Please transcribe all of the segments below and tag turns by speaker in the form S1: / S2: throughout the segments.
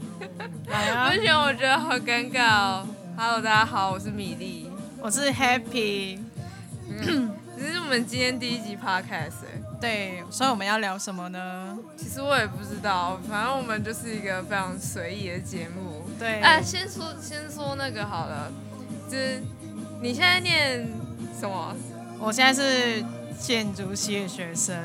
S1: 我就觉得我觉得好尴尬哦。Hello，大家好，我是米粒。
S2: 我是 Happy，
S1: 这是我们今天第一集 Podcast 哎、
S2: 对，所以我们要聊什么呢？
S1: 其实我也不知道，反正我们就是一个非常随意的节目。
S2: 对
S1: 哎、先说先说那个好了，就是你现在念什么？
S2: 我现在是建筑系的学生，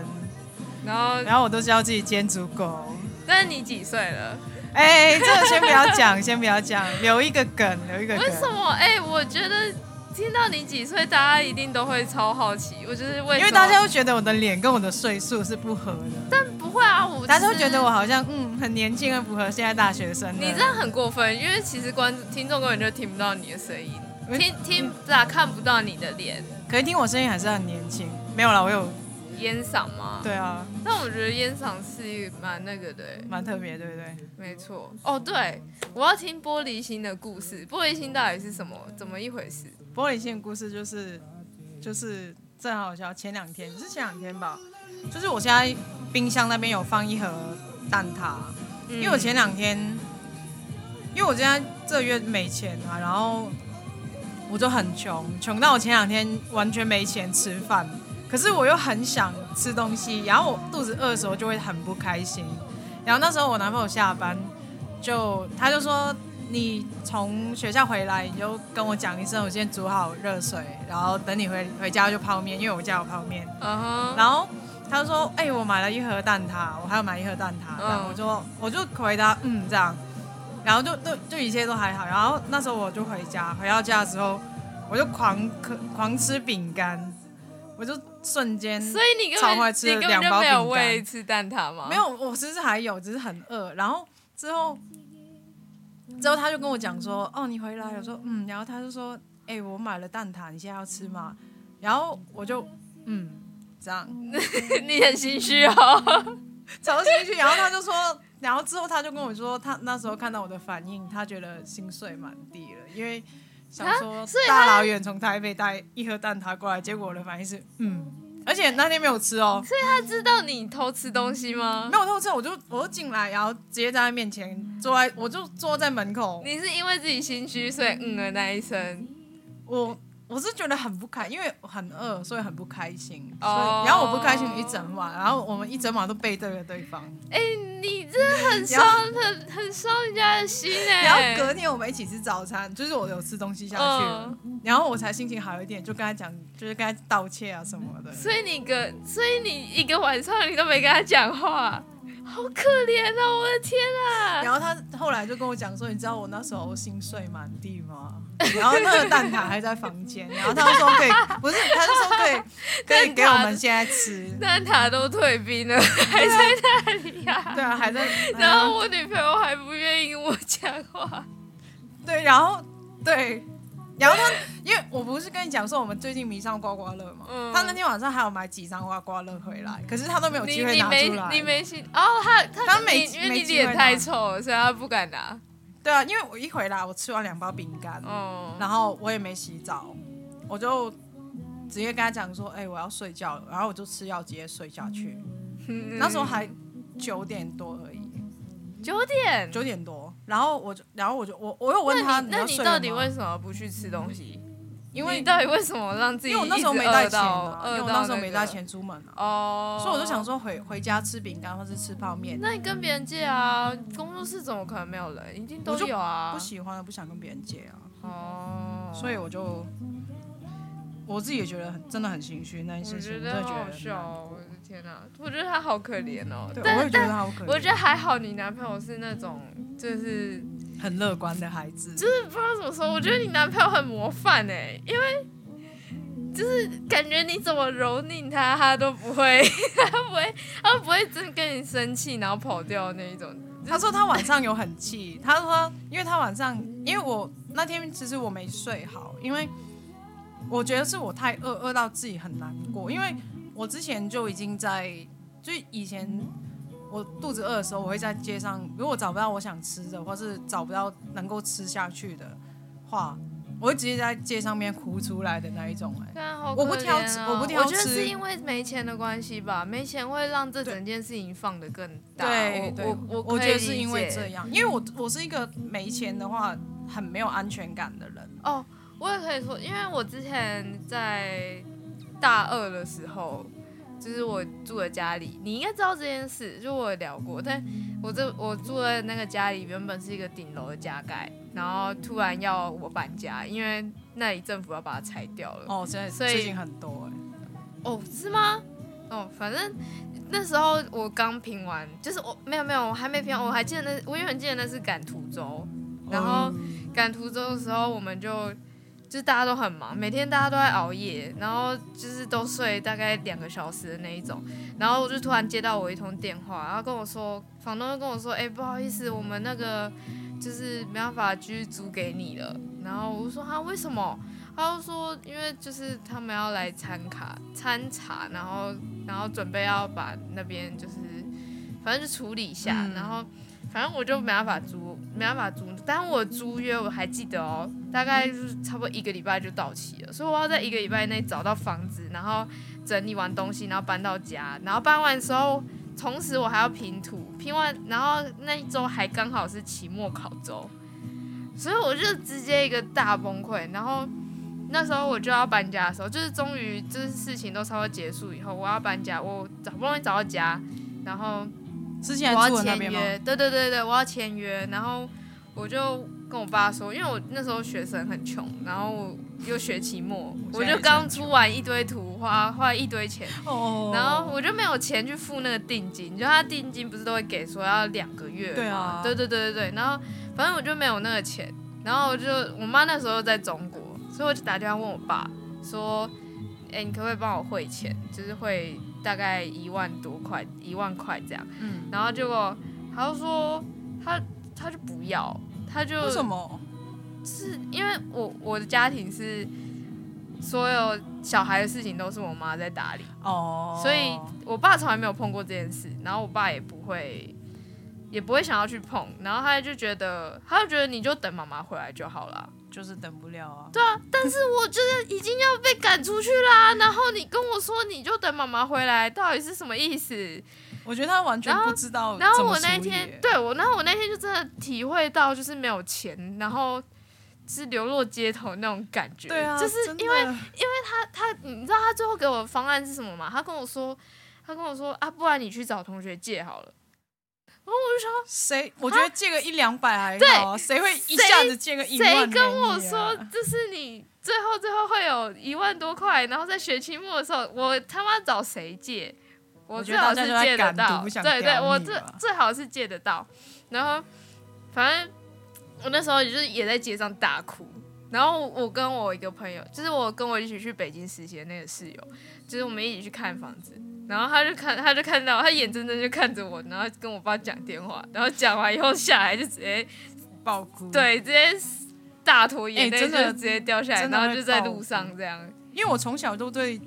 S1: 然后，
S2: 然后我都叫自己建筑狗。
S1: 但是你几岁了？
S2: 哎、这个先不要讲，先不要讲，留一个梗，留一个梗。
S1: 为什？么？哎、我觉得听到你几岁，大家一定都会超好奇。我就是为什
S2: 因
S1: 么
S2: 为大家会觉得我的脸跟我的岁数是不合的，
S1: 不会啊，我
S2: 大家
S1: 其
S2: 会
S1: 实
S2: 觉得我好像嗯很年轻，很符合现在大学生的。
S1: 你这样很过分，因为其实观听众根本就听不到你的声音，
S2: 嗯
S1: 听听不到看不到你的脸，
S2: 可是听我声音还是很年轻。没有啦，我有
S1: 烟嗓吗？。
S2: 对啊，
S1: 但我觉得烟嗓是蛮那个的欸，
S2: 蛮特别，对不对？
S1: 没错。哦，对，我要听玻璃心的故事。玻璃心到底是什么？怎么一回事？
S2: 玻璃心的故事就是就是正好笑，前两天是前两天吧，就是我现在冰箱那边有放一盒蛋挞，
S1: 嗯
S2: 因为我前两天，因为我现在这个月没钱啊，然后我就很穷，穷到我前两天完全没钱吃饭，可是我又很想吃东西，然后我肚子饿的时候就会很不开心，然后那时候我男朋友下班就他就说。你从学校回来，你就跟我讲一声，我先煮好热水，然后等你回回家就泡面，因为我家有泡面。
S1: 嗯哼，
S2: 然后他就说：“哎、我买了一盒蛋挞，我还有买一盒蛋挞。”
S1: 嗯
S2: 然后我就我就回答：“嗯，这样。”然后就就就一切都还好。然后那时候我就回家，回到家的时候，我就狂嗑狂吃饼干，我就瞬间
S1: 所以你根本
S2: 超会吃
S1: 你根本
S2: 两
S1: 就
S2: 包
S1: 没有
S2: 饼干
S1: 喂吃蛋挞吗？
S2: 没有，我其实还有，只是很饿。然后之后之后他就跟我讲说：“哦，你回来了。”我说：“嗯。”然后他就说：“哎、我买了蛋挞，你现在要吃吗？”然后我就嗯，这样。
S1: 你很心虚 哦。
S2: 超心虚。然后他就说， 然后之后他就跟我说，他那时候看到我的反应，他觉得心碎满地了，因为想说
S1: 啊所以他
S2: 大老远从台北带一盒蛋挞过来，结果我的反应是嗯，而且那天没有吃哦，
S1: 他知道你偷吃东西吗？
S2: 没有偷吃，我就我就进来，然后直接在他面前坐在，我就坐在门口，
S1: 你是因为自己心虚，所以嗯了那一声。
S2: 我。我是觉得很不开，因为我很饿，所以很不开心。所
S1: 哦
S2: 以，然后我不开心一整晚，然后我们一整晚都背对着对方。
S1: 哎、你真的很伤，很很伤人家的心哎、
S2: 然后隔天我们一起吃早餐，就是我有吃东西下去
S1: 嗯
S2: 了，然后我才心情好一点，就跟他讲，就是跟他道歉啊什么的。
S1: 所以你个，所以你一个晚上你都没跟他讲话，好可怜啊！我的天啊！
S2: 然后他后来就跟我讲说，你知道我那时候心碎满地吗？然后那个蛋挞还在房间，然后他就说可以，不是，他就说可以，可以给我们现在 吃。
S1: 蛋挞都退兵了，还在那里呀、
S2: 啊对啊，还在。还在
S1: 然后我女朋友还不愿意跟我讲话，
S2: 对，然后对，然后他，因为我不是跟你讲说我们最近迷上刮刮乐嘛，
S1: 嗯
S2: 他那天晚上还有买几张刮刮乐回来，可是他都没有
S1: 你
S2: 机会
S1: 你
S2: 拿
S1: 没
S2: 出来。
S1: 你没心哦，他他
S2: 他没
S1: 你因为
S2: 没
S1: 你
S2: 机会
S1: 脸
S2: 拿
S1: 太臭了，所以他不敢拿。
S2: 对啊，因为我一回来，我吃完两包饼干，
S1: 哦、
S2: 然后我也没洗澡，我就直接跟他讲说：“哎、我要睡觉了。”然后我就吃药直接睡下去。
S1: 嗯
S2: 那时候还九点多而已，
S1: 九点，
S2: 九点多。然后我就，然后我就，我我有问
S1: 那
S2: 他，
S1: 你那
S2: 要
S1: 你
S2: 睡了
S1: 到底
S2: 吗
S1: 为什么不去吃东西？
S2: 因为
S1: 你到底嗯为什么让自己
S2: 因为我那时候
S1: 一直
S2: 没带
S1: 饿
S2: 钱、
S1: 到
S2: 啊，因
S1: 饿
S2: 为我
S1: 到
S2: 那时候
S1: 那
S2: 没
S1: 个
S2: 带钱出门啊，
S1: 哦，
S2: 所以我就想说回回家吃饼干或是吃泡面。
S1: 那你跟别人借啊，工作室怎么可能没有人？一定都
S2: 我就
S1: 有啊。
S2: 不喜欢，不想跟别人借啊，
S1: 哦，
S2: 所以我就我自己也觉得很真的很心虚，那一
S1: 我
S2: 事情
S1: 觉
S2: 真的
S1: 得
S2: 觉
S1: 好
S2: 得
S1: 好
S2: 很
S1: 笑
S2: 难
S1: 哦，我的天哪、我觉得他好可怜哦。
S2: 对，
S1: 但
S2: 我也觉得好可怜。
S1: 我觉得还好，你男朋友是那种就是
S2: 很乐观的孩子，
S1: 就是不知道怎么说，我觉得你男朋友很模范哎，因为就是感觉你怎么蹂躏他，他都不会， 他不会，他不会真跟你生气，然后跑掉那一种。
S2: 他说他晚上有很气，他说因为他晚上，因为我那天其实我没睡好，因为我觉得是我太饿，饿到自己很难过，因为我之前就已经在，就以前我肚子饿的时候，我会在街上，如果找不到我想吃的，或是找不到能够吃下去的话，我会直接在街上面哭出来的那一种、哎，
S1: 看好可
S2: 我不挑吃
S1: 怜哦
S2: 我不挑
S1: 我觉得
S2: 吃
S1: 是因为没钱的关系吧，没钱会让这整件事情放得更大。
S2: 对对，
S1: 我我
S2: 我
S1: 可
S2: 觉
S1: 以
S2: 得是
S1: 理
S2: 因为
S1: 解
S2: 这样，因为我我是一个没钱的话很没有安全感的人。
S1: 哦，我也可以说，因为我之前在大二的时候，就是我住在家里，你应该知道这件事，就我有聊过。但我这我住在那个家里，原本是一个顶楼的加盖，然后突然要我搬家，因为那里政府要把它拆掉了。
S2: 哦，现在
S1: 所以
S2: 最近很多、哎，
S1: 哦，是吗？哦，反正那时候我刚评完，就是我没有没有，我还没评完，我还记得那我永远记得那是赶途中，然后赶途中的时候我们就。就是大家都很忙，每天大家都在熬夜，然后就是都睡大概两个小时的那一种，然后我就突然接到我一通电话，然后跟我说，房东就跟我说，哎、不好意思，我们那个就是没办法继续租给你了。然后我就说，哈，为什么？他就说，因为就是他们要来参卡参查，然后然后准备要把那边就是反正就处理一下，
S2: 嗯
S1: 然后反正我就没办法租，没办法租。但我租约我还记得哦，大概就是差不多一个礼拜就到期了，所以我要在一个礼拜内找到房子，然后整理完东西，然后搬到家，然后搬完之后。同时我还要拼图，拼完然后那一周还刚好是期末考周，所以我就直接一个大崩溃。然后那时候我就要搬家的时候，就是终于就是事情都差不多结束以后，我要搬家，我好不容易找到家，然后
S2: 之
S1: 我
S2: 前还
S1: 要
S2: 住的那
S1: 签
S2: 边吗？
S1: 约，对对对对，我要签约，然后我就跟我爸说，因为我那时候学生很穷，然后我又学期末，
S2: 我
S1: 我
S2: 现在也
S1: 就是刚
S2: 很穷
S1: 出完一堆图花花一堆钱，
S2: 哦
S1: 然后我就没有钱去付那个定金，就他定金不是都会给说要两个月嘛
S2: 对啊
S1: 对对对对对。然后反正我就没有那个钱，然后我就我妈那时候在中国，所以我就打电话问我爸说，哎、你可不可以帮我汇钱？就是汇大概一万多块，一万块这样。
S2: 嗯，
S1: 然后结果他就说他他就不要，他就
S2: 为什么？
S1: 是因为我我的家庭是所有小孩的事情都是我妈在打理。
S2: 哦，
S1: 所以我爸从来没有碰过这件事，然后我爸也不会，也不会想要去碰，然后他就觉得，他就觉得你就等妈妈回来就好了。
S2: 就是等不了啊。对啊，
S1: 我就是已经要被赶出去啦，然后你跟我说你就等妈妈回来，到底是什么意思？
S2: 我觉得他完全
S1: 然后
S2: 不知道
S1: 然后
S2: 怎么
S1: 我那一
S2: 处理
S1: 天，
S2: 哎
S1: 对我，然后我那天就真的体会到，就是没有钱，然后是流落街头那种感觉，
S2: 对啊，
S1: 就是
S2: 真的
S1: 因为他，你知道他最后给我的方案是什么吗？他跟我说，他跟我说啊，不然你去找同学借好了。
S2: 谁，我觉得借个一两百还好啊，谁会一下子借个一万、啊
S1: 谁跟我说？就是你最后最后会有一万多块，然后在学期末的时候，我他妈找谁借？我
S2: 我觉
S1: 最
S2: 得
S1: 好
S2: 大家
S1: 是
S2: 就在
S1: 借得
S2: 赶
S1: 到，
S2: 读想
S1: 对对，
S2: 屌
S1: 我
S2: 你啊
S1: 最
S2: 吧
S1: 最好是借得到。然后反正我那时候就是也在街上大哭。然后我跟我一个朋友，就是我跟我一起去北京实习的那个室友，就是我们一起去看房子，然后他就看，他就看到，他眼睁睁就看着我，然后跟我爸讲电话，然后讲完以后下来就直接
S2: 爆哭。，
S1: 对，直接大坨眼泪、
S2: 嗯哎真的
S1: 就直接掉下来，
S2: 真的
S1: 然后
S2: 会
S1: 就在路上这样。
S2: 因为我从小都对，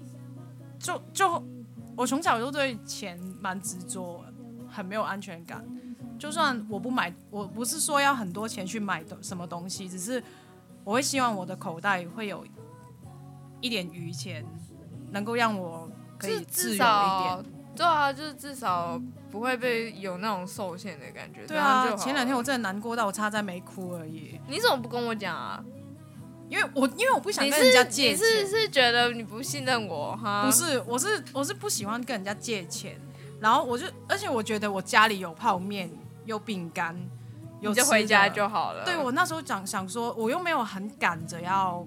S2: 就就我从小都对钱蛮执着，很没有安全感。就算我不买，我不是说要很多钱去买的什么东西，只是我会希望我的口袋会有一点余钱，能够让我可以
S1: 就
S2: 自
S1: 至
S2: 由一点。
S1: 少，对啊，就是至少不会被有那种受限的感觉。
S2: 对
S1: 这样就好
S2: 啊，前两天
S1: 了
S2: 我真的难过到我差点没哭而已，
S1: 你怎么不跟我讲啊？
S2: 因为我因为我不想
S1: 你
S2: 跟人家
S1: 是
S2: 借
S1: 你
S2: 钱，
S1: 是是觉得你不信任我哈？
S2: 不，是，我是我是不喜欢跟人家借钱，然后我就，而且我觉得我家里有泡面，有饼干，有
S1: 你就
S2: 吃
S1: 回
S2: 的
S1: 家就好了。
S2: 对我那时候想想说，我又没有很赶着要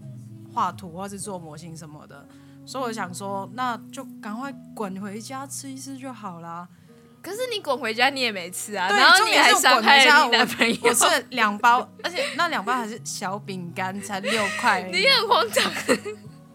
S2: 画图或是做模型什么的，所以我想说，那就赶快滚回家吃一吃就好啦。
S1: 可是你滚回家你也没吃啊，
S2: 对
S1: 然后
S2: 重
S1: 你
S2: 点
S1: 还
S2: 是我
S1: 伤
S2: 滚回
S1: 害
S2: 家
S1: 了你
S2: 我
S1: 男朋友，
S2: 我吃了两包，而且那两包还是小饼干，才六块而已。
S1: 你很荒唐。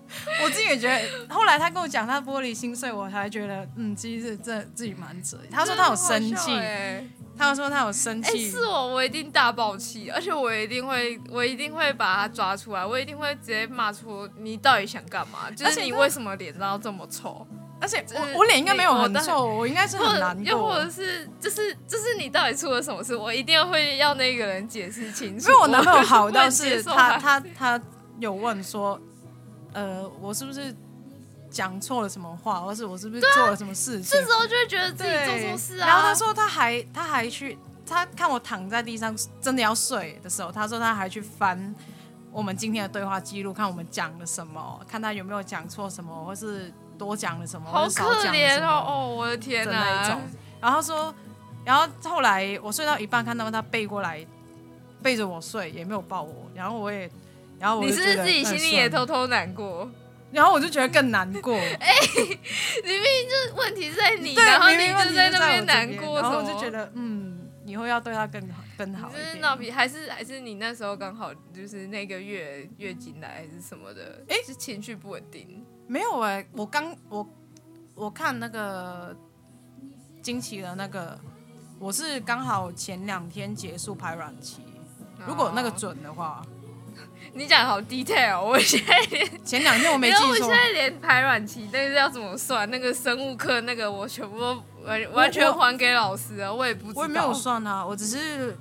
S2: 我自己也觉得，后来他跟我讲他玻璃心碎，我才觉得，嗯，其实这自己蛮扯。他说他有生
S1: 真的很好
S2: 气
S1: 笑，欸
S2: 他说他有生
S1: 哎、
S2: 气，
S1: 是我，我一定大爆气，而且我一定会，我一定会把他抓出来，我一定会直接骂出你到底想干嘛？就
S2: 而
S1: 是
S2: 且
S1: 你
S2: 他
S1: 为什么脸到这么臭，
S2: 而且
S1: 就是
S2: 我我脸应该没有很
S1: 你
S2: 臭，我应该是
S1: 或
S2: 很
S1: 者
S2: 难
S1: 又或
S2: 过
S1: 者。是就是就是你到底出了什么事？我一定会要那个人解释清
S2: 因
S1: 楚。
S2: 为我男朋友
S1: 不
S2: 好
S1: 能
S2: 到
S1: 接
S2: 是
S1: 受
S2: 他他他有问说，呃，我是不是讲错了什么话，或是我是不是
S1: 啊
S2: 做了什么事情
S1: 这？时候就会觉得自己
S2: 对，
S1: 做错事啊。
S2: 然后他说他还他还去，他看我躺在地上真的要睡的时候，他说他还去翻我们今天的对话记录，看我们讲了什么，看他有没有讲错什么，或是多讲了什么，
S1: 好
S2: 或是少
S1: 可
S2: 讲了
S1: 怜
S2: 什么
S1: 哦，哦，我的天
S2: 的
S1: 哪、
S2: 那一种。然后他说，然后后来我睡到一半，看到他背过来，背着我睡，也没有抱我，然后我也。然后我
S1: 你
S2: 就是
S1: 不
S2: 觉
S1: 是
S2: 得
S1: 自己心
S2: 很
S1: 里也
S2: 酸
S1: 偷偷难过？
S2: 然后我就觉得更难过，
S1: 你明明就是问题是在你，
S2: 对
S1: 然后
S2: 明明问
S1: 就
S2: 题
S1: 在
S2: 就
S1: 那
S2: 我这
S1: 难过，
S2: 然后我
S1: 什
S2: 就
S1: 么
S2: 觉得，嗯，以后要对他更好，更好
S1: 你
S2: 一
S1: 真是
S2: 点。
S1: 闹脾，还是还是你那时候刚好就是那个月月经来还是什么的，哎、是情绪不稳定。
S2: 没有哎、我刚我我看那个惊奇的那个，我是刚好前两天结束排卵期，如果那个
S1: 哦
S2: 准 的话，
S1: 你讲得好 detail，我现在连
S2: 前两天我 没记
S1: 因为我现
S2: 错。
S1: 在连排卵期那个要怎么算，那个生物课那个我全部都完完全还给老师了，我也不知道。
S2: 我也没有算啊，我只是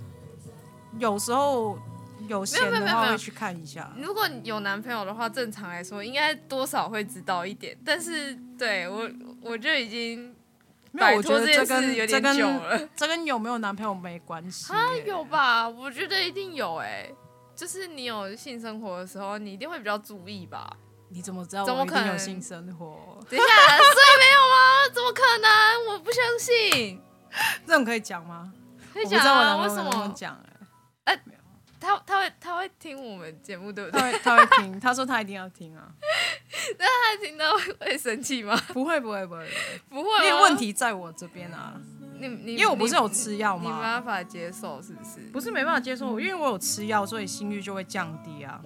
S2: 有时候有闲
S1: 没有没
S2: 的
S1: 有没
S2: 话
S1: 有嗯
S2: 会去看一下。
S1: 如果你有男朋友的话，正常来说应该多少会知道一点，但是对我我就已经
S2: 没有，
S1: 摆
S2: 我觉
S1: 脱
S2: 得
S1: 这
S2: 这
S1: 件
S2: 跟
S1: 事有
S2: 这
S1: 点久
S2: 跟
S1: 了。
S2: 这跟有没有男朋友没关系欸耶、
S1: 啊，有吧？我觉得一定有哎、就是你有性生活的时候，你一定会比较注意吧？
S2: 你怎么知道
S1: 怎么
S2: 我一
S1: 可
S2: 定
S1: 能
S2: 有性生活？
S1: 等一下，所 以没有吗？怎么可能？我不相信。
S2: 这种可以讲吗？
S1: 可以
S2: 我不知
S1: 讲
S2: 道我
S1: 啊？
S2: 男
S1: 为
S2: 朋友
S1: 什
S2: 能不能
S1: 么？
S2: 讲、欸？
S1: 他他会他会听我们节目对不对？
S2: 他会他会听，他说他一定要听啊，
S1: 他听到会会生气吗？
S2: 不会不会不会，
S1: 不会吗，哦
S2: 因为问题在我这边啊，
S1: 你你
S2: 因为我不是有
S1: 你
S2: 吃药
S1: 你没
S2: 吗？
S1: 办法接受是不是？
S2: 不是没办法接受，因为我有吃药，所以心率就会降低啊。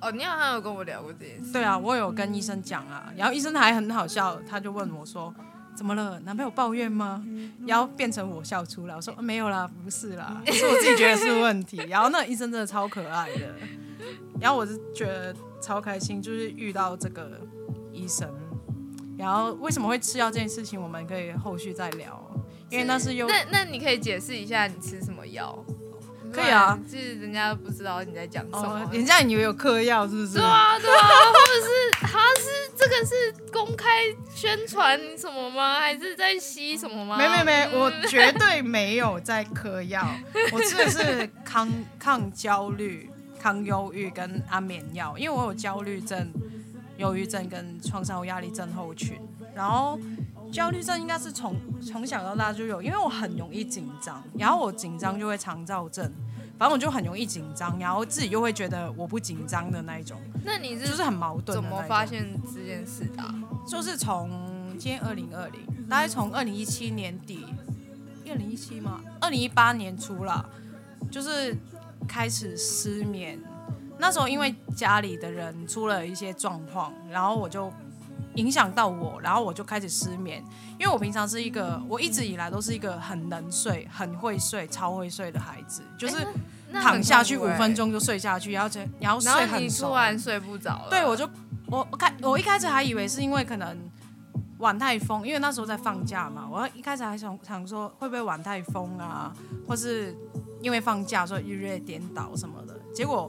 S1: 哦，你好像有跟我聊过这件事。
S2: 对啊，我有跟医生讲啊，然后医生还很好笑，他就问我说：“怎么了？男朋友抱怨吗？”然后变成我笑出来，我说：“呃没有啦，不是啦，是我自己觉得是问题。” 然后那医生真的超可爱的，然后我就觉得超开心，就是遇到这个医生。然后为什么会吃药这件事情，我们可以后续再聊，因为那是又
S1: 那那你可以解释一下你吃什么药？
S2: 可以啊
S1: 不然就是人家不知道你在讲什么。
S2: 哦，人家以为有嗑药是不是？
S1: 对啊，对啊，或者是他是这个是公开宣传什么吗？还是在吸什么吗？嗯
S2: 没没没，我绝对没有在嗑药， 我吃的是抗抗焦虑、抗忧郁跟安眠药，因为我有焦虑症、忧郁症跟创伤后压力症候群，然后。焦虑症应该是从从小到大就有，因为我很容易紧张，然后我紧张就会肠燥症，反正我就很容易紧张，然后自己又会觉得我不紧张的那一种，
S1: 那你
S2: 就是是很矛盾的
S1: 怎
S2: 那一
S1: 么
S2: 种。
S1: 发现这件事的啊、
S2: 就是从今天二零二零，大概从二零一七年底，二零一七吗？二零一八年初啦，就是开始失眠。那时候因为家里的人出了一些状况，然后我就影响到我，然后我就开始失眠。因为我平常是一个，我一直以来都是一个很能睡、很会睡、超会睡的孩子，就是
S1: 哎那
S2: 躺下去
S1: 很
S2: 五
S1: 痛苦欸
S2: 分，钟就睡下去，然后就然后睡
S1: 然后你
S2: 很熟
S1: 突。然睡不着了。
S2: 对，我就我我开我一开始还以为是因为可能晚太风，因为那时候在放假嘛，我一开始还想想说会不会晚太风啊，或是因为放假所以日夜颠倒什么的，结果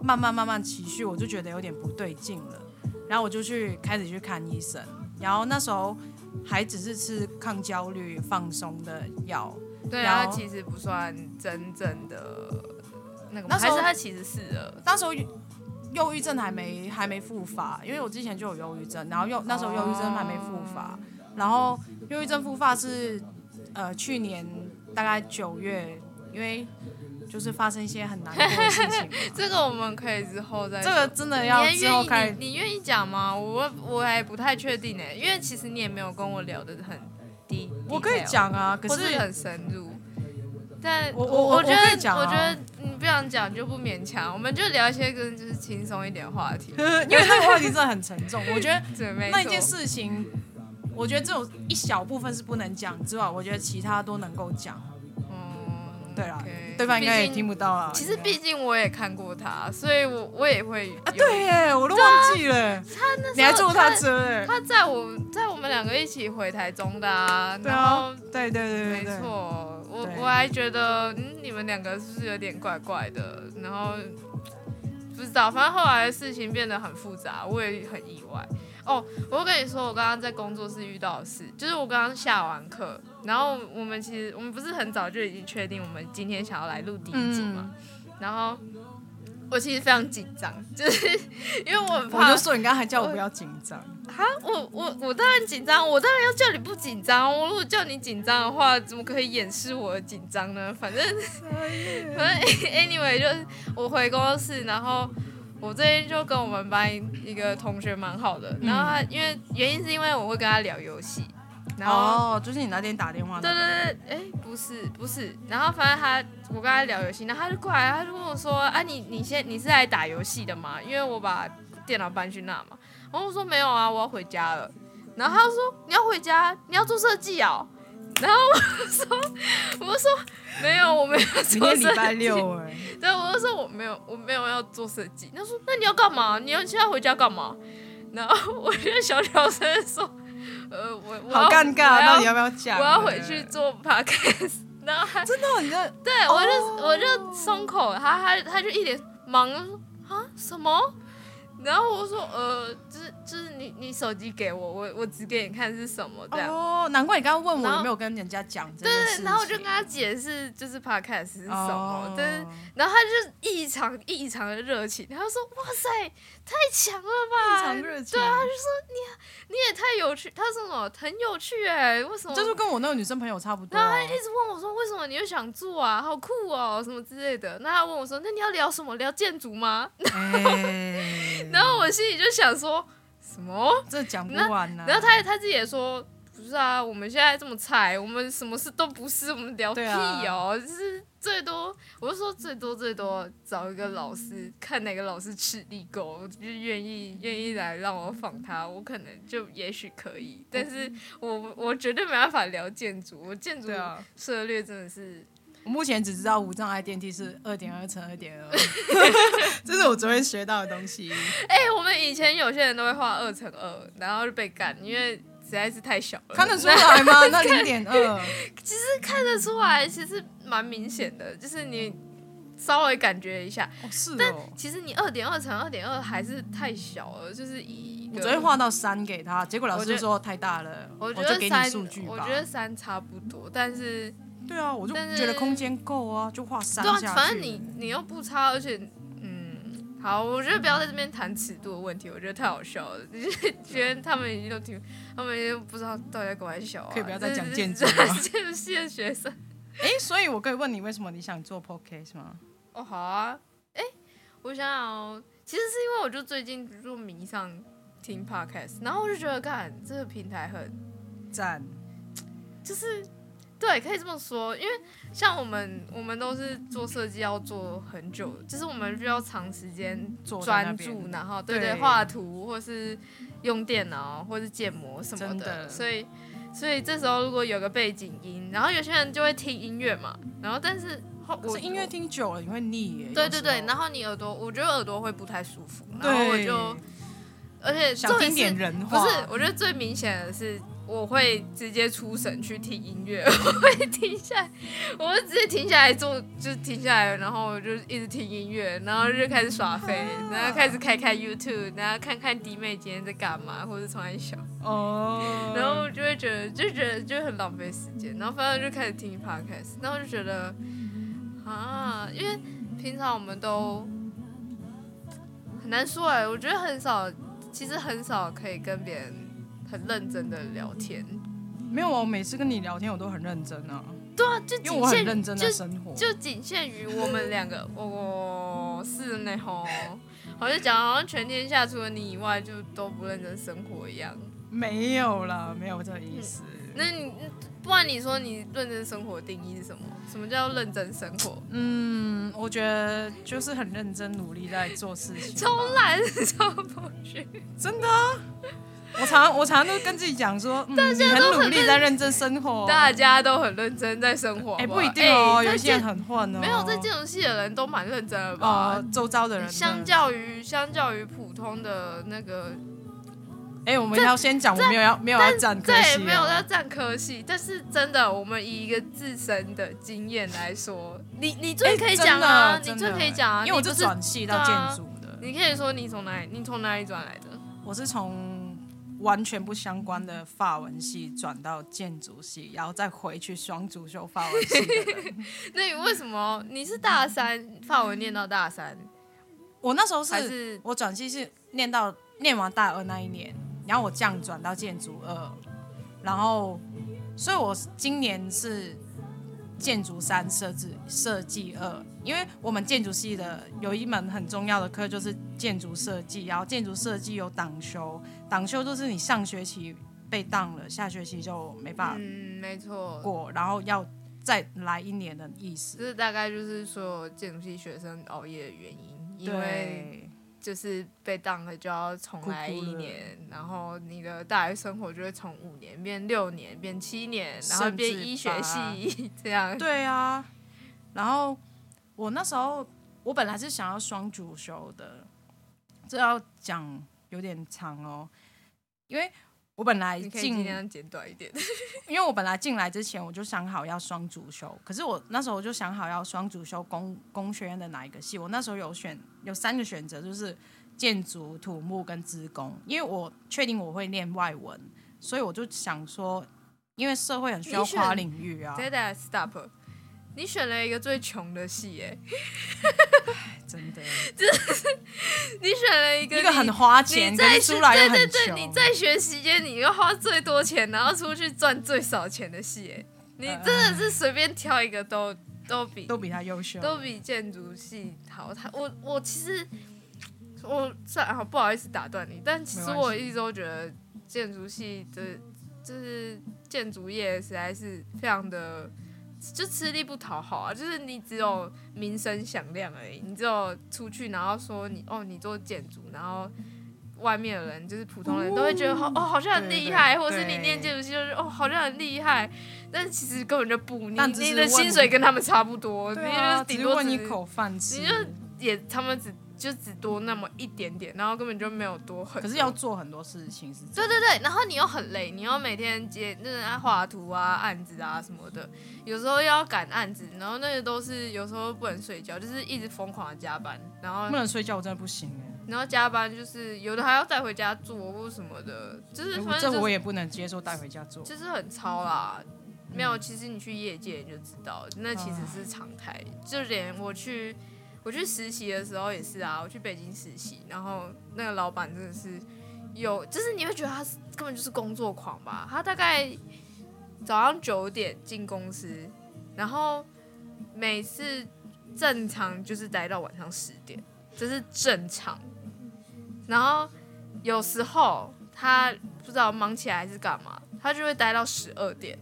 S2: 慢慢慢慢持续，我就觉得有点不对劲了，然后我就去开始去看医生，然后那时候还只是吃抗焦虑放松的药，
S1: 对
S2: 然
S1: 啊，
S2: 后
S1: 它其实不算真正的那个吗，
S2: 那时
S1: 还
S2: 候
S1: 是他其实是的。
S2: 那时候忧郁症还没还没复发，因为我之前就有忧郁症，然后又那时候忧郁症还没复发，然后忧郁症复发是呃去年大概九月，因为就是发生一些很难过的事情嘛
S1: 这个我们可以之后再
S2: 这个
S1: 说
S2: 真的
S1: 你
S2: 要
S1: 还
S2: 之后
S1: 愿
S2: 开
S1: 意你你愿意讲吗？我我还不太确定呢，因为其实你也没有跟我聊的很低，
S2: 我可以
S1: detail，
S2: 讲啊，可
S1: 或是
S2: 是
S1: 很深入。但
S2: 我我
S1: 我
S2: 我
S1: 觉
S2: 我可
S1: 得
S2: 以讲啊。
S1: 我觉得你不想讲就不勉强，我们就聊一些跟就是轻松一点的话题
S2: 因为那个话题真的很沉重，我 觉得
S1: 对，没
S2: 那一件
S1: 错。
S2: 事情，我觉得只有一小部分是不能讲之外，我觉得其他都能够讲。
S1: 嗯
S2: 对啦啊
S1: OK
S2: 对方应该也
S1: 毕竟
S2: 听不到啊。
S1: 其实
S2: 应该
S1: 毕竟我也看过他，所以我我也会
S2: 啊，
S1: 有
S2: 对耶，我都忘记了。你还坐他
S1: 他
S2: 车哎？
S1: 他在我在我们两个一起回台中的啊，
S2: 对
S1: 然后
S2: 啊，对对对
S1: 没
S2: 对对。
S1: 错，我
S2: 对
S1: 我还觉得，嗯，你们两个是不是有点怪怪的？然后不知道，反正后来的事情变得很复杂，我也很意外。哦，我跟你说，我刚刚在工作室遇到的事，就是我刚刚下完课，然后我们其实我们不是很早就已经确定我们今天想要来录第一集嘛，
S2: 嗯
S1: 然后我其实非常紧张，就是 因为我很
S2: 我
S1: 怕
S2: 就说你刚刚还叫我不要紧张，
S1: 哈，我我我当然紧张，我当然要叫你不紧张。我如果叫你紧张的话，怎么可以掩饰我的紧张呢？反正 反正 anyway 就是我回工作室，然后我最近就跟我们班一个同学蛮好的，然后他因为原因是因为我会跟他聊游戏，然后。
S2: 哦，就是你那天打电话
S1: 对
S2: 那个，
S1: 对对，哎、不是不是，然后反正他，我跟他聊游戏，然后他就过来，他就跟我说，啊你你先你是来打游戏的吗？因为我把电脑搬去那嘛，然后我说没有啊，我要回家了，然后他就说你要回家，你要做设计哦，然后我就说我就说没有，我没有
S2: 今
S1: 做
S2: 天礼
S1: 设
S2: 拜
S1: 计，
S2: 六哎、
S1: 对，我就说我没有，我没有要做设计。他说：“那你要干嘛？你要现在回家干嘛？”然后我就小小声地说：“呃，我我
S2: 好
S1: 要
S2: 尴
S1: 我
S2: 尬，
S1: 要
S2: 到底要不要讲？
S1: 我要回去做 podcast。”然后他
S2: 真的，你这
S1: 对我就我就松口了，他他他就一脸忙，他说：“啊什么？”然后我说：“呃，就是就是你你手机给我，我我指给你看是什么这样。”
S2: 哦，难怪你刚刚问
S1: 然
S2: 我
S1: 后
S2: 有没有跟人家讲这
S1: 对
S2: 件事情。
S1: 对，然后我就跟他解释就是 podcast 是什么，
S2: 哦
S1: 但是然后他就是异常异常的热情，他就说：“哇塞，太强了吧！
S2: 非常热情，
S1: 对啊，他就说你你也太有趣，他说什么很有趣哎、为什么？
S2: 就是跟我那个女生朋友差不多
S1: 然后
S2: 啊、
S1: 他一直问我说：“为什么你会想做啊？好酷哦，什么之类的。”那他问我说：“那你要聊什么？聊建筑吗
S2: 嗯哎？”，
S1: 然后我心里就想说：“什么
S2: 这讲不完呢、？”
S1: 然后他他自己也说：“不是啊，我们现在这么菜，我们什么事都不是，我 们聊屁
S2: 对啊
S1: 哦，就是最多，我就说最多最多找一个老师，看哪个老师吃力够，就愿意愿意来让我访他，我可能就也许可以，但是我我绝对没办法聊建筑，我建筑
S2: 嗯对啊，
S1: 策略真的是，
S2: 我目前只知道无障碍电梯是二点二乘二点二，这是我昨天学到的 东西。
S1: 哎、我们以前有些人都会画二乘二，然后就被干，因为实在是太小了，
S2: 看得出来 吗？那零点二，哦
S1: 看得出来，其实蛮明显的，就是你稍微感觉一下。
S2: 哦是
S1: 但
S2: 哦。
S1: 其实你二点二乘二点二还是太小了，就是以一个
S2: 我昨天画到三给他，结果老师
S1: 我
S2: 就
S1: 觉
S2: 说太大了，
S1: 我觉
S2: 就
S1: 得
S2: 给
S1: 三
S2: 你数据，吧。
S1: 我觉得三差不多，但是
S2: 对啊，我就
S1: 但是
S2: 觉得空间够啊，就画三
S1: 对啊
S2: 下去。，
S1: 反正你你又不差，而且嗯，好，我觉得不要在这边谈尺度的问题，我觉得太好笑了， 就是觉得他们已经都听，他们已经不知道到底在搞玩笑、啊，
S2: 可以不要再讲建筑
S1: 这
S2: 吗
S1: 这 这不是学生。
S2: 哎、所以我可以问你，为什么你想做 podcast 吗？
S1: 哦，好啊，哎、我想想哦，其实是因为我就最近就迷上听 podcast，然后我就觉得，干这个平台很
S2: 赞，
S1: 就是对，可以这么说，因为像我们我们都是做设计要做很久，就是我们需要长时间
S2: 坐在那
S1: 专
S2: 边
S1: 注，然后对对
S2: 对
S1: 画图或是用电脑或是建模什么
S2: 真
S1: 的，
S2: 的
S1: 所以所以这时候如果有个背景音，然后有些人就会听音乐嘛，然后但是后
S2: 我
S1: 我
S2: 音乐听久了你会腻耶。
S1: 对对对，然
S2: 后
S1: 后你耳朵，我觉得耳朵会不太舒服，然后我
S2: 对，
S1: 就而且
S2: 想
S1: 重点
S2: 听点
S1: 是
S2: 人
S1: 不
S2: 话，
S1: 是，我觉得最明显的是我会直接出神去听音乐， 我会停下来，我会直接停下来做，就是停下来，然后我就一直听音乐，然后就开始耍飞，然后开始开开 YouTube，然后看看弟妹今天在干嘛，或者从哪小，
S2: 哦，
S1: 然后就会觉得就觉得就很浪费时间，然后反正就开始听 Podcast，然后就觉得啊，因为平常我们都很难说哎、我觉得很少，其实很少可以跟别人很认真的聊天，
S2: 没有啊，我每次跟你聊天我都很认真啊，
S1: 啊，就
S2: 因为我
S1: 仅
S2: 很
S1: 限
S2: 认真
S1: 就
S2: 的生活。
S1: 就仅限于我们两个，哦，是呢吼，好像讲好像全天下除了你以外就都不认真生活一样。
S2: 没有啦，没有这个意思。
S1: 那你不然你说你认真生活定义是什么？什么叫认真生 活？
S2: 嗯，我觉得就是很认真努力在做事情吧。
S1: 超 懒，超不去。
S2: 真的啊、我常我常都跟自己讲说，嗯，你很努力在认真生活。啊
S1: 大家都很认真在生活，
S2: 哎、
S1: 好
S2: 不
S1: 好
S2: 一定哦，
S1: 哎
S2: 有一
S1: 在
S2: 些人
S1: 建
S2: 很混哦。
S1: 没有在建筑系的人都蛮认真的吧
S2: 哦，？周遭的人
S1: 相
S2: 对
S1: 较于相较于普通的那个，
S2: 哎、我们要先讲，我没有要没有要占科
S1: 对，
S2: 系、哦，
S1: 没有在占科系，但是真的，我们以一个自身的经验来说，你你最可以讲啊，
S2: 哎真
S1: 你
S2: 的
S1: 最可以讲啊，
S2: 因为我
S1: 你
S2: 就
S1: 不是啊
S2: 转系到建筑的。
S1: 你可以说你从哪里，你从哪里转来的？
S2: 我是从完全不相关的法文系转到建筑系，然后再回去双主修法文系的人。
S1: 那你为什么你是大三法文念到大三，
S2: 我那时候
S1: 还
S2: 是
S1: 是
S2: 我转系是念到念完大二那一年，然后我降转到建筑二，然后所以我今年是建筑三设置设计二，因为我们建筑系的有一门很重要的课就是建筑设计，然后建筑设计有党修，党修就是你上学期被当了，下学期就没办法
S1: 嗯，没错，
S2: 过，然后要再来一年的意思。
S1: 这大概就是说建筑系学生熬夜的原因，因为
S2: 对，
S1: 就是被当了就要重来一
S2: 哭哭了
S1: 年，然后你的大学生活就会从五年变六年，变七年，然后
S2: 甚
S1: 变
S2: 至
S1: 医学
S2: 把
S1: 系这 样。
S2: 对啊，然后我那时候我本来是想要双主修的，这要讲有点长哦，因为我本来
S1: 你可以
S2: 进
S1: 尽量简短一点。
S2: 啊因为我本来进来之前我就想好要双主修，可是我那时候我就想好要双主修工工学院的哪一个系。我那时候有选有三个选择，就是建筑、土木跟职工，因为我确定我会念外文，所以我就想说，因为社会很需要
S1: 你选
S2: 跨领域啊，
S1: 再来 stop，你选了一个最穷的系、耶，
S2: 真的
S1: 你选了一个
S2: 一个
S1: 你
S2: 很花钱，
S1: 你
S2: 可
S1: 在
S2: 是
S1: 学
S2: 出来又
S1: 对
S2: 很
S1: 对
S2: 穷。
S1: 对，你在学期间你又花最多钱，然后出去赚最少钱的系、耶，你真的是随便挑一个都都比
S2: 呃都比他优秀，
S1: 都比建筑系好。他我我其实我算好不好意思打断你，但其实
S2: 没关系
S1: 我一直都觉得建筑系的，就是建筑业实在是非常的。就吃力不讨好啊，就是你只有名声响亮而已，你只有出去，然后说你哦，你做建筑，然后外面的人就是普通人都会觉得好哦，好像很厉害，
S2: 对对
S1: 或是你念建筑系就是哦，好像很厉害，但其实根本就不，你
S2: 但只是
S1: 你的
S2: 问
S1: 薪水跟他们差不多，
S2: 对
S1: 你
S2: 啊，
S1: 就是顶
S2: 只是
S1: 多
S2: 问
S1: 只
S2: 你口饭吃
S1: 你，也他们只就只多那么一点点，然后根本就没有多很多。
S2: 可是要做很多事情是真
S1: 对对对，然后你又很累，你又每天接那个画图啊、案子啊什么的，有时候又要赶案子，然后那个都是有时候不能睡觉，就是一直疯狂的加班，然后
S2: 的，不能睡觉我真的不行哎、
S1: 然后加班就是有的还要带回家做或什么的，就是
S2: 如
S1: 反正
S2: 这
S1: 就
S2: 我
S1: 是
S2: 也不能接受带回家做。
S1: 就是很超啦。没有，其实你去业界你就知道，那其实是常态。就连我去我去实习的时候也是啊，我去北京实习，然后那个老板真的是有，就是你会觉得他是根本就是工作狂吧。他大概早上九点进公司，然后每次正常就是待到晚上十点，这是正常。然后有时候他不知道忙起来还是干嘛，他就会待到十二点。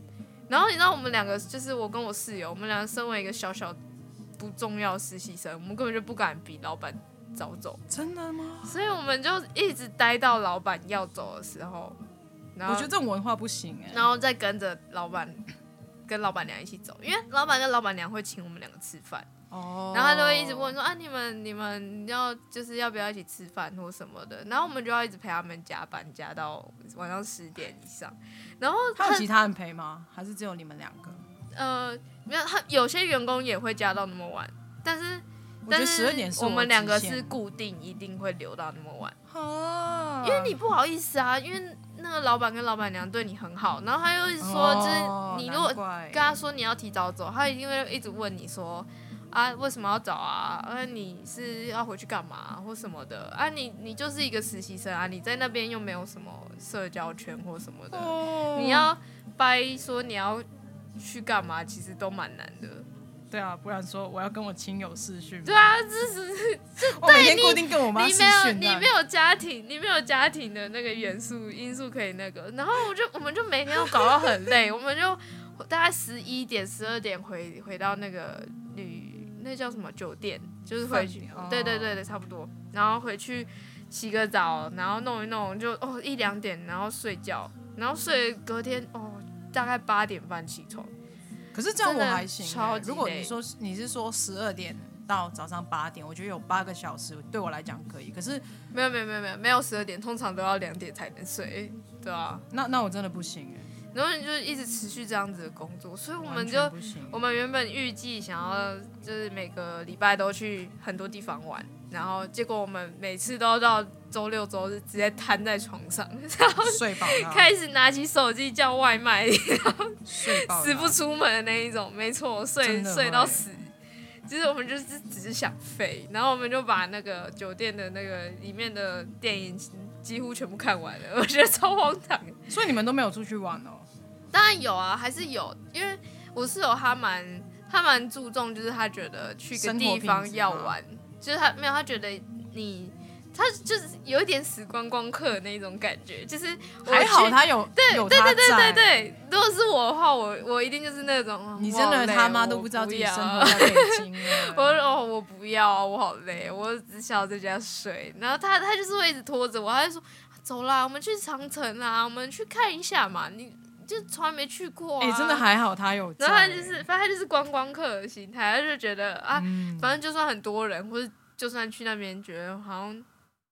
S1: 然后你知道我们两个，就是我跟我室友，我们两个身为一个小小不重要的实习生，我们根本就不敢比老板早走，
S2: 真的吗？
S1: 所以我们就一直待到老板要走的时候。然
S2: 我
S1: 后
S2: 觉得这种文化不行哎、
S1: 然后再跟着老板跟老板娘一起走，因为老板跟老板娘会请我们两个吃饭，
S2: 哦，
S1: 然后他就会一直问说啊，你们你们要就是要不要一起吃饭或什么的，然后我们就要一直陪他们加班加到晚上十点以上，然后
S2: 他有
S1: 很
S2: 其他人陪吗？还是只有你们两个？
S1: 呃没有他有些员工也会加到那么晚，但是
S2: 我觉
S1: 但
S2: 得十二点是
S1: 我们两个
S2: 极限嗯
S1: 是固定一定会留到那么晚。
S2: 啊，
S1: 因为你不好意思啊，因为那个老板跟老板娘对你很好，然后他又一直说，
S2: 哦
S1: 就是你如果
S2: 难怪
S1: 跟他说你要提早走，他一定会一直问你说啊为什么要走啊？啊你是要回去干嘛或什么的啊你？你就是一个实习生啊，你在那边又没有什么社交圈或什么的，
S2: 哦
S1: 你要掰说你要去干嘛，其实都蛮难的。
S2: 对啊，不然说我要跟我亲友视讯，
S1: 对啊，这是
S2: 我每天
S1: 你
S2: 固定跟我妈
S1: 你
S2: 视
S1: 没有，
S2: 讯啊
S1: 你
S2: 的
S1: 没，有家庭，你没有家庭的那个元素因素可以那个，然后我就我们就每天都搞到很累，我们就大概十一点、十二点回回到那个旅，那叫什么酒店，就是回去，
S2: 饭
S1: 对
S2: 店
S1: 对
S2: 哦
S1: 对对，差不多，然后回去洗个澡，然后弄一弄，就哦一两点，然后睡觉，然后睡隔天哦大概八点半起床，
S2: 可是这样
S1: 真
S2: 我
S1: 的
S2: 还行欸、
S1: 超级
S2: 如果
S1: 累
S2: 你说你是说十二点到早上八点，我觉得有八个小时对我来讲可以。可是
S1: 没有没有没有没有没有十二点，通常都要两点才能睡，对啊。
S2: 那那我真的不行哎、
S1: 然后你就一直持续这样子的工作，所以我们
S2: 完
S1: 就
S2: 全不行
S1: 我们原本预计想要就是每个礼拜都去很多地方玩，然后结果我们每次都到周六周日直接瘫在床 上，然后
S2: 睡饱它，
S1: 开始拿起手机叫外卖，
S2: 睡饱它
S1: 死不出门的那一种。没错，睡
S2: 真的
S1: 睡到
S2: 会
S1: 死。其实我们就是只是想飞，然后我们就把那个酒店的那个里面的电影几乎全部看完了， 我觉得超荒唐的。
S2: 所以你们都没有出去玩哦。
S1: 当然有啊，还是有，因为我室友他蛮他蛮注重，就是他觉得去个
S2: 生活
S1: 地方
S2: 品质
S1: 要
S2: 吗
S1: 玩，就是他没有，他觉得你他就是有一点死观光客的那种感觉，就是我
S2: 还好
S1: 去
S2: 他有
S1: 对
S2: 有
S1: 对
S2: 他
S1: 对对
S2: 在
S1: 对对，如果是我的话，我我一定就是那种哦
S2: 你真的他妈都
S1: 不
S2: 不知道自己生活
S1: 要
S2: 在北京了
S1: 我哦，我不要啊，我好累，我只想要在家睡。然后他他就是会一直拖着我，他就说走啦，我们去长城啊，我们去看一下嘛，你就从来没去过、啊。
S2: 哎、真的。还好他有在、欸
S1: 然后他就是，反正他就是观光客的心态，他就觉得啊，
S2: 嗯
S1: 反正就算很多人，或者就算去那边，觉得好像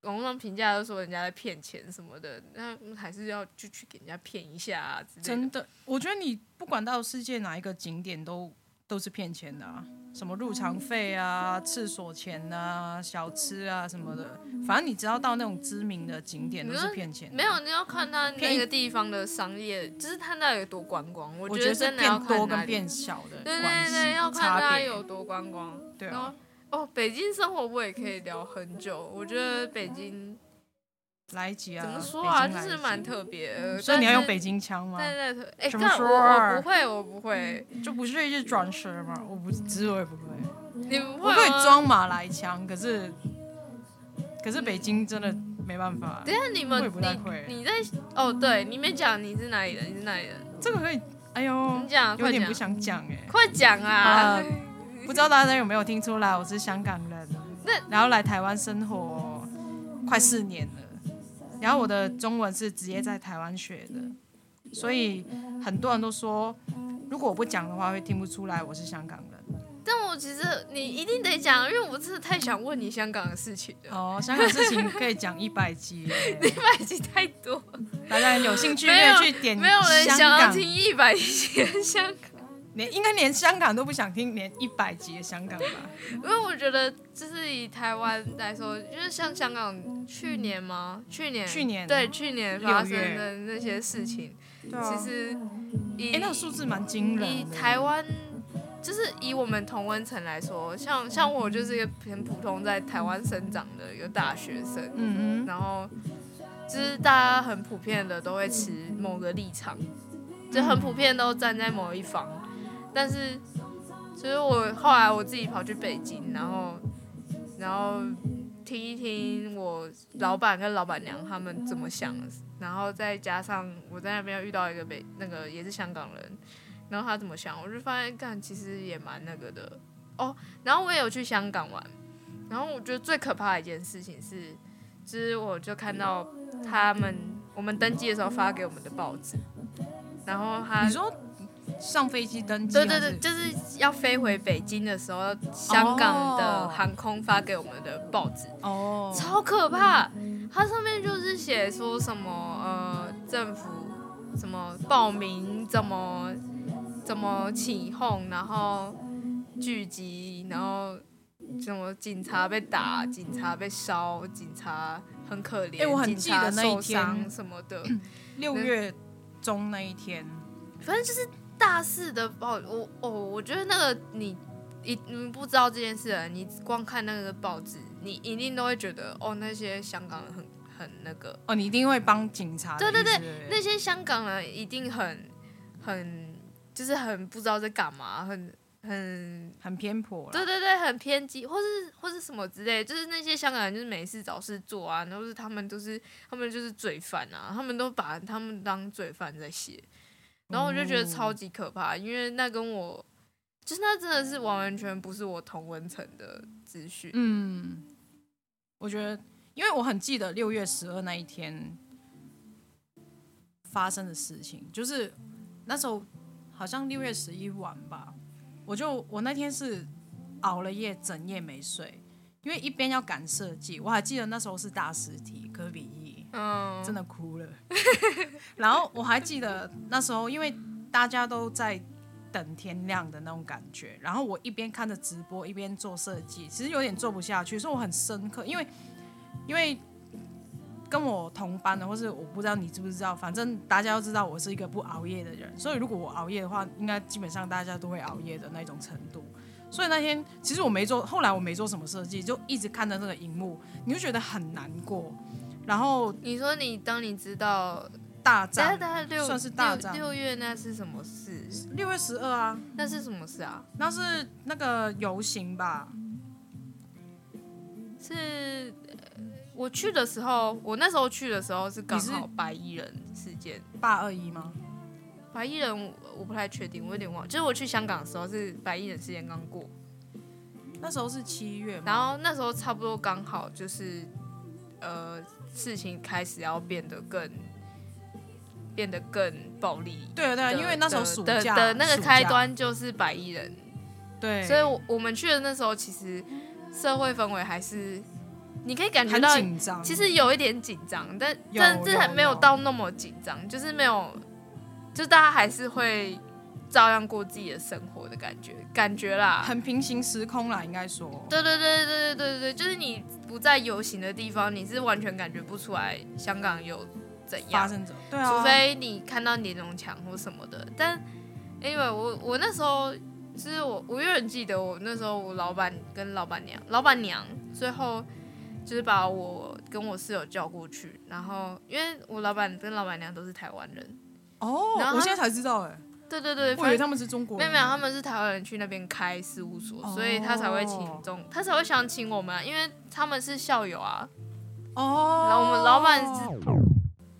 S1: 网络上评价都说人家在骗钱什么的，那还是要就去给人家骗一下啊之类的。
S2: 真的，我觉得你不管到世界哪一个景点都都是骗钱的啊，什么入场费啊、厕所钱啊、小吃啊什么的，反正你只要到那种知名的景点
S1: 你
S2: 都
S1: 说
S2: 是骗钱的。
S1: 没有，你要看他
S2: 便
S1: 那
S2: 宜
S1: 个地方的商业，就是他那有多观光。我
S2: 我
S1: 觉
S2: 觉得是
S1: 真的要
S2: 变
S1: 看
S2: 多
S1: 哪
S2: 跟
S1: 里
S2: 变小的
S1: 对
S2: 关
S1: 对
S2: 系
S1: 对，要看
S2: 差
S1: 他
S2: 别
S1: 有多观光。
S2: 对
S1: 然后
S2: 啊，
S1: 哦，北京生活我也可以聊很久。我觉得北京
S2: 来一集啊，
S1: 怎么说
S2: 北
S1: 啊，
S2: 京
S1: 就
S2: 来一
S1: 是
S2: 集
S1: 蛮特别的。
S2: 所以你要
S1: 但
S2: 用
S1: 是
S2: 北京腔吗？
S1: 但是特哎，
S2: 怎么
S1: 干
S2: 说
S1: 我
S2: 啊
S1: 我不会，我不会，
S2: 就不是一直转舌吗？我不，其实我也不会。
S1: 你不
S2: 嗯我
S1: 会
S2: 可以
S1: 吗。
S2: 装马来腔，可是可是北京真的没办法。
S1: 等一下你
S2: 我也
S1: 们
S2: 不太会
S1: 你你在哦，对，你没讲你是哪里人，你是哪里人？
S2: 这个可以，哎呦
S1: 你，讲，啊
S2: 有
S1: 快
S2: 点不
S1: 讲，
S2: 想讲哎、
S1: 快讲啊
S2: 啊！不知道大家有没有听出来，我是香港人，
S1: 那
S2: 然后来台湾生活快四年了，然后我的中文是直接在台湾学的，所以很多人都说，如果我不讲的话，会听不出来我是香港人。
S1: 但我其实你一定得讲，因为我真的太想问你香港的事情 了，
S2: 哦，香港事情可以讲一百集耶，
S1: 一百集
S2: 哎
S1: 太多了，
S2: 大家有兴趣 可
S1: 没有
S2: 以去点
S1: 没有人
S2: 香
S1: 想要
S2: 港
S1: 听一百集的香港，
S2: 连应该连香港都不想听，连一百集的香港吧。
S1: 因为我觉得就是以台湾来说，就是像香港去年吗？去年
S2: 去年啊
S1: 对去年发生
S2: 六月
S1: 的那些事情，
S2: 对
S1: 其实以、
S2: 哎、那个数字蛮惊
S1: 以
S2: 人的。
S1: 台湾。就是以我们同温层来说，像像我就是一个很普通在台湾生长的一个大学生，
S2: 嗯
S1: 然后就是大家很普遍的都会持某个立场，就很普遍都站在某一方。但是，就是我后来我自己跑去北京，然后然后听一听我老板跟老板娘他们怎么想，然后再加上我在那边又遇到一个北那个也是香港人，然后他怎么想，我就发现干其实也蛮那个的哦。然后我也有去香港玩，然后我觉得最可怕的一件事情是，就是我就看到他们我们登记的时候发给我们的报纸，然后他
S2: 哼，你说上飞机登机？
S1: 啊
S2: 啊
S1: 对对对，，就是要飞回北京的时
S2: 哦
S1: 候，香港的航空发给我们的报纸，
S2: 哦，
S1: 超可怕。它上面就是写说什么呃，政府什么报名怎么怎么起哄，然后聚集，然后什么警察被打，警察被烧，警察很可怜，
S2: 哎我很
S1: 警察
S2: 记得那一
S1: 受伤
S2: 天
S1: 什么 的。
S2: 六月中那一天，
S1: 反正就是大四的报，我哦，我觉得那个你一你不知道这件事的人，你光看那个报纸，你一定都会觉得哦，那些香港人很很那个，
S2: 哦，你一定会帮警察的意
S1: 对
S2: 思。
S1: 对
S2: 对
S1: 那些香港人一定很很就是很不知道在干嘛，很很
S2: 很偏颇
S1: 对
S2: 了。
S1: 对对，很偏激，或是或是什么之类，就是那些香港人就是没事找事做啊，然后是他们都是他们就是罪犯啊，他们都把他们当罪犯在写，然后我就觉得超级可怕，因为那跟我就是那真的是完完全不是我同文层的资讯，
S2: 嗯，我觉得，因为我很记得六月十二那一天发生的事情，就是那时候好像六月十一晚吧，我就我那天是熬了夜，整夜没睡，因为一边要赶设计，我还记得那时候是大实体科比一，
S1: 嗯，
S2: 真的哭了。 然后我还记得那时候，因为大家都在等天亮的那种感觉，然后我一边看着直播，一边做设计，其实有点做不下去，所以我很深刻，因为因为。跟我同班的，或是我不知道你知不知道，反正大家都知道我是一个不熬夜的人，所以如果我熬夜的话，应该基本上大家都会熬夜的那种程度。所以那天其实我没做，后来我没做什么设计，就一直看着那个荧幕，你就觉得很难过。然后
S1: 你说你当你知道，
S2: 大
S1: 大概
S2: 战
S1: 大概六
S2: 算是大战
S1: 六六月那是什么事？
S2: 六月十二啊，
S1: 那是什么事啊？
S2: 那是那个游行吧？
S1: 是呃我去的时候，我那时候去的时候是刚
S2: 你是
S1: 好白衣人事件。
S2: 八二一吗？
S1: 白衣人我我不太确定，我有点忘了。就是我去香港的时候是白衣人事件刚过，
S2: 那时候是七月
S1: 然
S2: 吗？
S1: 后那时候差不多刚好就是，呃，事情开始要变得更变得更暴力的。
S2: 对啊对啊，因为那时候暑
S1: 的
S2: 假
S1: 的的那个
S2: 暑假
S1: 开端就是白衣人，
S2: 对，
S1: 所以我我们去的那时候，其实社会氛围还是你可以感觉
S2: 很
S1: 到，
S2: 紧张。
S1: 其实有一点紧张，但
S2: 有
S1: 但是还
S2: 有
S1: 没有
S2: 有
S1: 到那么紧张，就是没有，就大家还是会照样过自己的生活的感觉，感觉啦。
S2: 很平行时空啦，应该说。
S1: 对对对对对对对，就是你不在游行的地方，你是完全感觉不出来香港有怎
S2: 发
S1: 样，
S2: 生者对啊，
S1: 除非你看到连龙墙或什么的。但因为我我那时候，就是我我有点记得，我那时候我老板跟老板娘，老板娘最后就是把我跟我室友叫过去，然后因为我老板跟老板娘都是台湾人，
S2: 哦
S1: 然，后
S2: 我
S1: 他
S2: 现在才知道哎，
S1: 对对对，
S2: 我
S1: 反
S2: 以
S1: 正
S2: 为他们是中国
S1: 没有
S2: 人。
S1: 没有，他们是台湾人去那边开事务所，所以他才会请
S2: 哦
S1: 中，他才会想请我们、啊，因为他们是校友啊，
S2: 哦，
S1: 然后我们老板是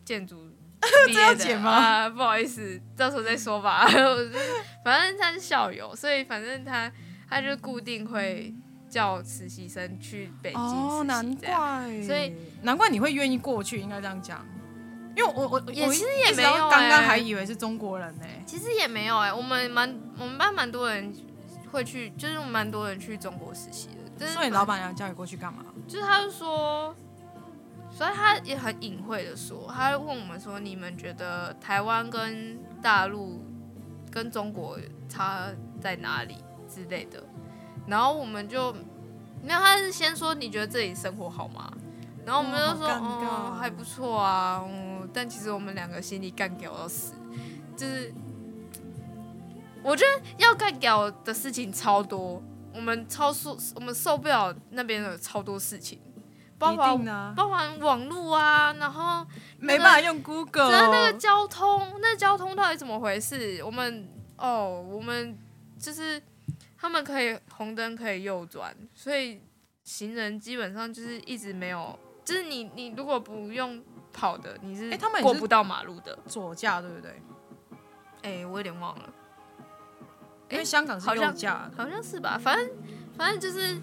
S1: 建筑 毕业
S2: 要
S1: 的
S2: 剪吗
S1: 啊，不好意思，到时候再说吧。 我就是反正他是校友，所以反正他他就固定会叫实习生去北京
S2: 哦，
S1: 实
S2: 难
S1: 习这样。
S2: 怪，
S1: 所以
S2: 难怪你会愿意过去，应该这样讲。因为我我我
S1: 也
S2: 我
S1: 其实
S2: 一
S1: 也
S2: 一直
S1: 没有
S2: 到刚刚
S1: 欸
S2: 还以为是中国人呢。
S1: 其实也没有哎、我们蛮我们班蛮多人会去，就是我们蛮多人去中国实习的，就是
S2: 所以老板娘叫你过去干嘛？
S1: 就是他就说，所以他也很隐晦的说，他问我们说，你们觉得台湾跟大陆跟中国差在哪里之类的，然后我们就没有，他是先说你觉得这里生活好吗？然后我们就说，
S2: 哇嗯好尴尬
S1: 哦，还不错啊，嗯，但其实我们两个心里干掉到死，就是我觉得要干掉的事情超多，我们超受我们受不了那边的超多事情，包
S2: 一
S1: 括
S2: 定呢，
S1: 包含网络啊，然后
S2: 没办法用 Google。
S1: 真的那个交通，那交通到底怎么回事？我们哦，我们就是他们可以红灯可以右转，所以行人基本上就是一直没有，就是你你如果不用跑的，你是
S2: 诶他们也
S1: 过
S2: 是
S1: 不到马路的。
S2: 左驾对不对？
S1: 哎、我有点忘了，
S2: 因为香港是
S1: 好像
S2: 右驾的，
S1: 好像是吧，反正反正就是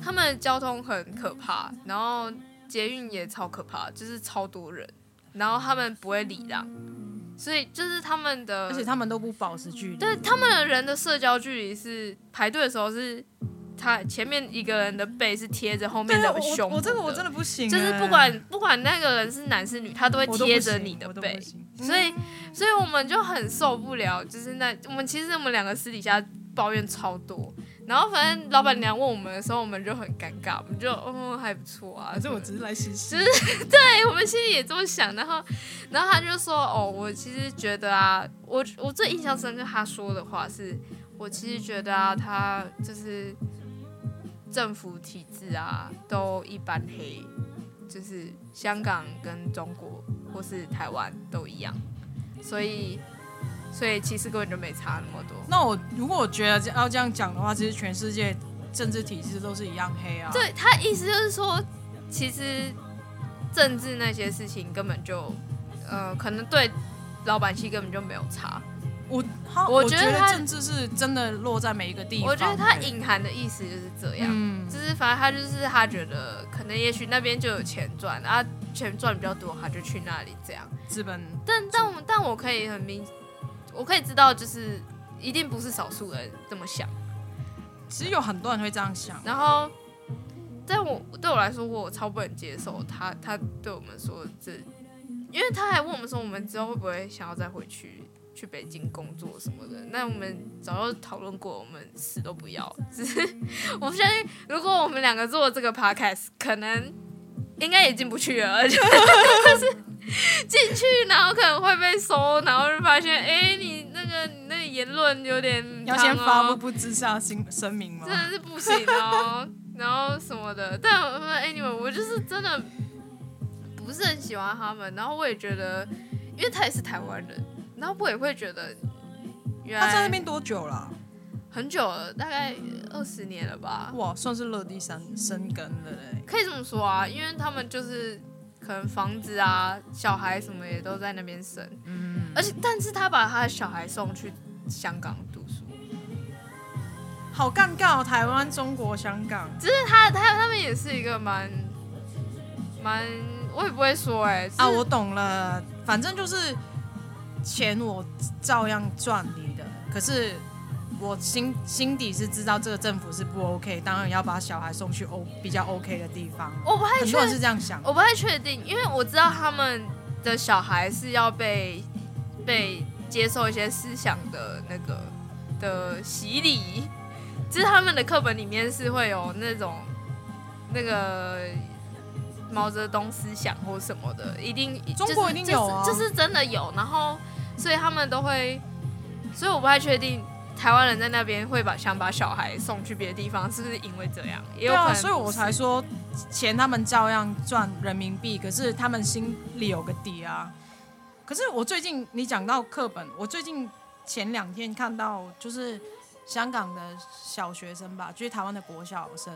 S1: 他们的交通很可怕，然后捷运也超可怕，就是超多人，然后他们不会礼让，所以就是他们的，
S2: 而且他们都不保持距离。
S1: 对他们的人的社交距离是排队的时候是，他前面一个人的背是贴着后
S2: 对，
S1: 面
S2: 对啊
S1: 的
S2: 我
S1: 胸
S2: 我我这个我
S1: 的
S2: 真的不行
S1: 就
S2: 欸，
S1: 是不管不管那个人是男是女，他都会
S2: 我都不
S1: 贴着
S2: 行
S1: 你的
S2: 我都不
S1: 背，
S2: 行
S1: 所以所以我们就很受不了，就是那我们其实我们两个私底下抱怨超多，然后反正老板娘问我们的时候，我们就很尴尬，我们就嗯还不错啊，
S2: 反正
S1: 什
S2: 我
S1: 么的
S2: 只是来实习。
S1: 对，我们心里也这么想。然后，然后他就说：“哦，我其实觉得啊，我我最印象深刻他说的话是，我其实觉得啊，他就是政府体制啊，都一般黑，就是香港跟中国或是台湾都一样，所以，所以其实根本就没差那么多。”
S2: 那我如果我觉得要这样讲的话，其实全世界政治体制都是一样黑啊。
S1: 对他意思就是说，其实政治那些事情根本就，呃，可能对老百姓根本就没有差。
S2: 我他
S1: 我
S2: 我
S1: 觉
S2: 觉
S1: 得
S2: 得
S1: 他
S2: 政治是真的落在每一个地方。啊
S1: 我觉得他隐含的意思就是这样，
S2: 嗯，
S1: 就是反正他就是他觉得可能也许那边就有钱赚，啊，钱赚比较多，他就去那里这样。
S2: 资本
S1: 但但我但我可以很明，我可以知道就是一定不是少数人这么想。
S2: 其实有很多人会这样想。
S1: 然后，在我对我来说，我超不能接受他他对我们说这，因为他还问我们说我们之后会不会想要再回去去北京工作什么的。那我们早就讨论过，我们死都不要。只是我相信，如果我们两个做 这个 podcast，可能应该也进不去了，就是就是进去，然后可能会被收，然后就发现，哎、你那个你那个言论有点、哦、
S2: 要先发布不知下新声明吗
S1: 真？的是不行哦，然后什么的。但我 anyway，我就是真的不是很喜欢他们。然后我也觉得，因为他也是台湾人，然后我也会觉得，原
S2: 他在那
S1: 来
S2: 边多久了、啊
S1: 很久了，大概二十年了吧，
S2: 哇，算是落地生生根了嘞。
S1: 可以这么说啊，因为他们就是可能房子啊、小孩什么也都在那边生，
S2: 嗯，
S1: 而且但是他把他的小孩送去香港读书，
S2: 好尴尬、哦，台湾、中国、香港，
S1: 只是他他他们也是一个蛮蛮，我也不会说哎、
S2: 啊，
S1: 是
S2: 我懂了，反正就是钱我照样赚你的，可是我心心底是知道这个政府是不 OK，当然要把小孩送去 O 比较 OK 的地方。
S1: 我不太
S2: 很
S1: 确
S2: 多人是这样想，
S1: 我不太确定，因为我知道他们的小孩是要被被接受一些思想的那个的洗礼，就是他们的课本里面是会有那种那个毛泽东思想或什么的，一定就
S2: 中
S1: 是
S2: 国一定有啊
S1: 就是，就是真的有。然后，所以他们都会，所以我不太确定。台湾人在那边会把想把小孩送去别的地方，是不是因为这样？也
S2: 对
S1: 有可能
S2: 啊，
S1: 不是、
S2: 所以我才说钱他们照样赚人民币，可是他们心里有个底啊。可是我最近你讲到课本，我最近前两天看到就是香港的小学生吧，就是台湾的国小生，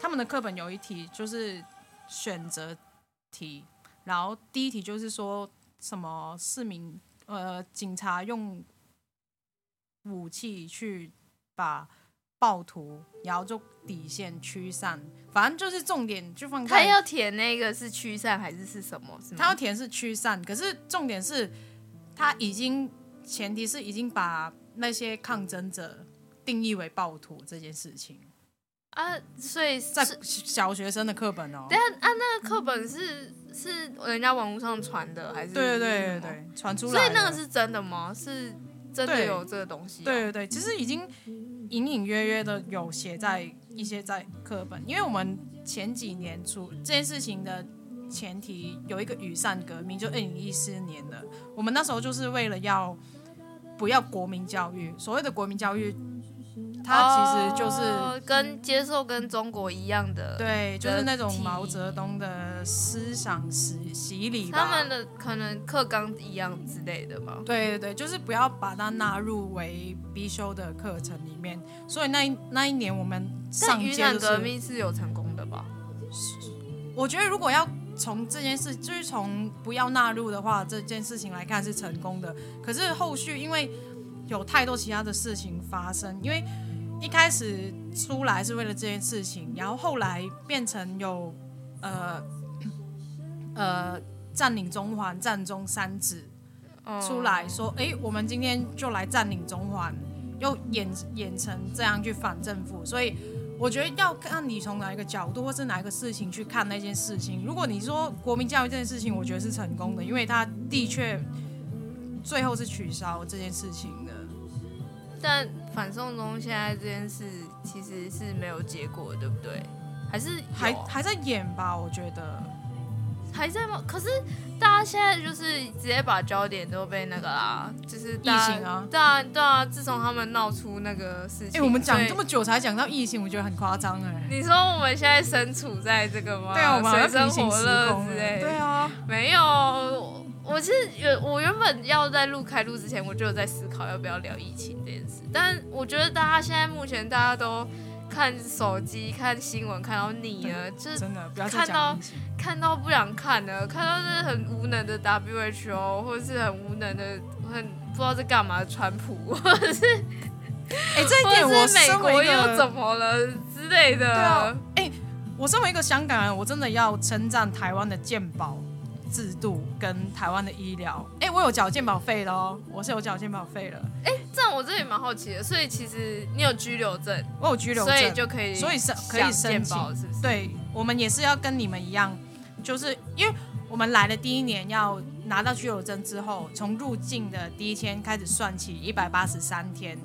S2: 他们的课本有一题就是选择题，然后第一题就是说什么市民呃警察用武器去把暴徒，然后就底线驱散，反正就是重点就放在
S1: 他要填那个是驱散还是是什么？是吗
S2: 他要填是驱散，可是重点是他已经前提是已经把那些抗争者定义为暴徒这件事情，
S1: 啊，所以
S2: 在
S1: 在
S2: 小学生的课本哦、
S1: 等一下啊，那个课本是是人家网络上传的还是？
S2: 对对对对。对，传出来
S1: 所
S2: 了，
S1: 以那个是真的吗？是真的
S2: 对
S1: 有这个东西、啊？
S2: 对对对，其实已经隐隐约约的有写在一些在课本，因为我们前几年出这件事情的前提有一个雨伞革命，就二零一四年的，我们那时候就是为了要不要国民教育，所谓的国民教育，它其实就是、
S1: 哦跟接受跟中国一样的，
S2: 对，就是那种
S1: 题
S2: 毛泽东的思想洗洗礼吧，
S1: 他们的可能课纲一样之类的吧。
S2: 对对对，就是不要把它纳入为必修的课程里面。所以那一那一年我们上
S1: 但云
S2: 届
S1: 南
S2: 就
S1: 革
S2: 是，
S1: 命是有成功的吧？
S2: 我觉得如果要从这件事，就是从不要纳入的话，这件事情来看是成功的。可是后续因为有太多其他的事情发生，因为一开始出来是为了这件事情，然后后来变成有呃呃占领中环、占中三子。
S1: 嗯
S2: 出来说，哎、我们今天就来占领中环，又演演成这样去反政府，所以我觉得要看你从哪一个角度或是哪一个事情去看那件事情。如果你说国民教育这件事情，我觉得是成功的，因为它的确最后是取消这件事情的。
S1: 但反送中现在这件事其实是没有结果的，对不对？还是有啊
S2: 还还在演吧，我觉得
S1: 还在吗？可是大家现在就是直接把焦点都被那个啦，就是
S2: 疫
S1: 大家
S2: 情啊
S1: 对啊对啊，自从他们闹出那个事
S2: 哎、
S1: 情，
S2: 我们讲
S1: 所以
S2: 这么久才讲到疫情，我觉得很夸张哎。
S1: 你说我们现在身处在这个吗？
S2: 对啊，我们好像
S1: 水深
S2: 平行
S1: 火
S2: 时
S1: 热
S2: 空
S1: 之
S2: 了
S1: 类的
S2: 对啊，
S1: 没有，我我是原我原本要在录开录之前，我就有在思考要不要聊疫情这件事，但我觉得大家现在目前大家都看手机、看新闻，看到你了，就是
S2: 真的不要再
S1: 看到
S2: 讲疫情。
S1: 看到不想看了，看到是很无能的 WHO，或者是很无能的、很不知道在干嘛的川普，或者是
S2: 哎、这 一点我
S1: 美
S2: 身为
S1: 国
S2: 一个
S1: 又怎么了之类的。
S2: 啊对啊，哎、我身为一个香港人，我真的要称赞台湾的健保制度跟台湾的医疗。哎、我有缴健保费喽，我是有缴健保费了，
S1: 这样我这里蛮好奇的，所以其实你有居留证，
S2: 我有居留证，
S1: 所以就可以，
S2: 所以是可以申
S1: 健
S2: 请。
S1: 保，是不是？
S2: 对，我们也是要跟你们一样，就是因为我们来的第一年要拿到居留证之后，从入境的第一天开始算起，一百八十三天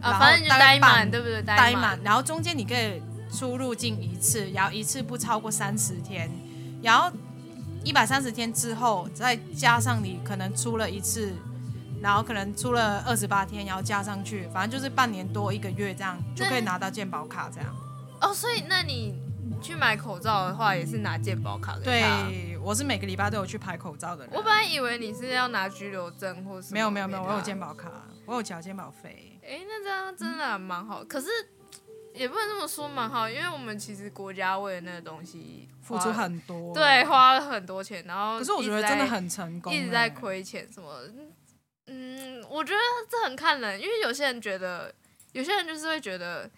S2: 然
S1: 啊，
S2: 后
S1: 反正你就待
S2: 呆满
S1: 满，对不对？
S2: 待
S1: 满
S2: 满，，然后中间你可以出入境一次，然后一次不超过三十天，然后一百三十天之后再加上你可能出了一次，然后可能出了二十八天，然后加上去，反正就是半年多一个月这样就可以
S1: 那
S2: 拿到健保卡这样。
S1: 哦，所以那你去买口罩的话，也是拿健保卡给他。
S2: 对，我是每个礼拜都有去拍口罩的人。
S1: 我本来以为你是要拿居留证或是
S2: 没有没有没有，我有
S1: 健。
S2: 健保卡，我有缴健保费。
S1: 哎、那这样真的还蛮好，可是也不能这么说蛮好，因为我们其实国家为了那个东西
S2: 付出
S1: 花了
S2: 很多，
S1: 对，花了很多钱，然后
S2: 可是我
S1: 一
S2: 觉
S1: 直
S2: 得真的
S1: 在
S2: 很成功，欸
S1: 一直在。亏钱什么的。嗯，我觉得这很看人，因为有些人觉得，有些人就是会觉得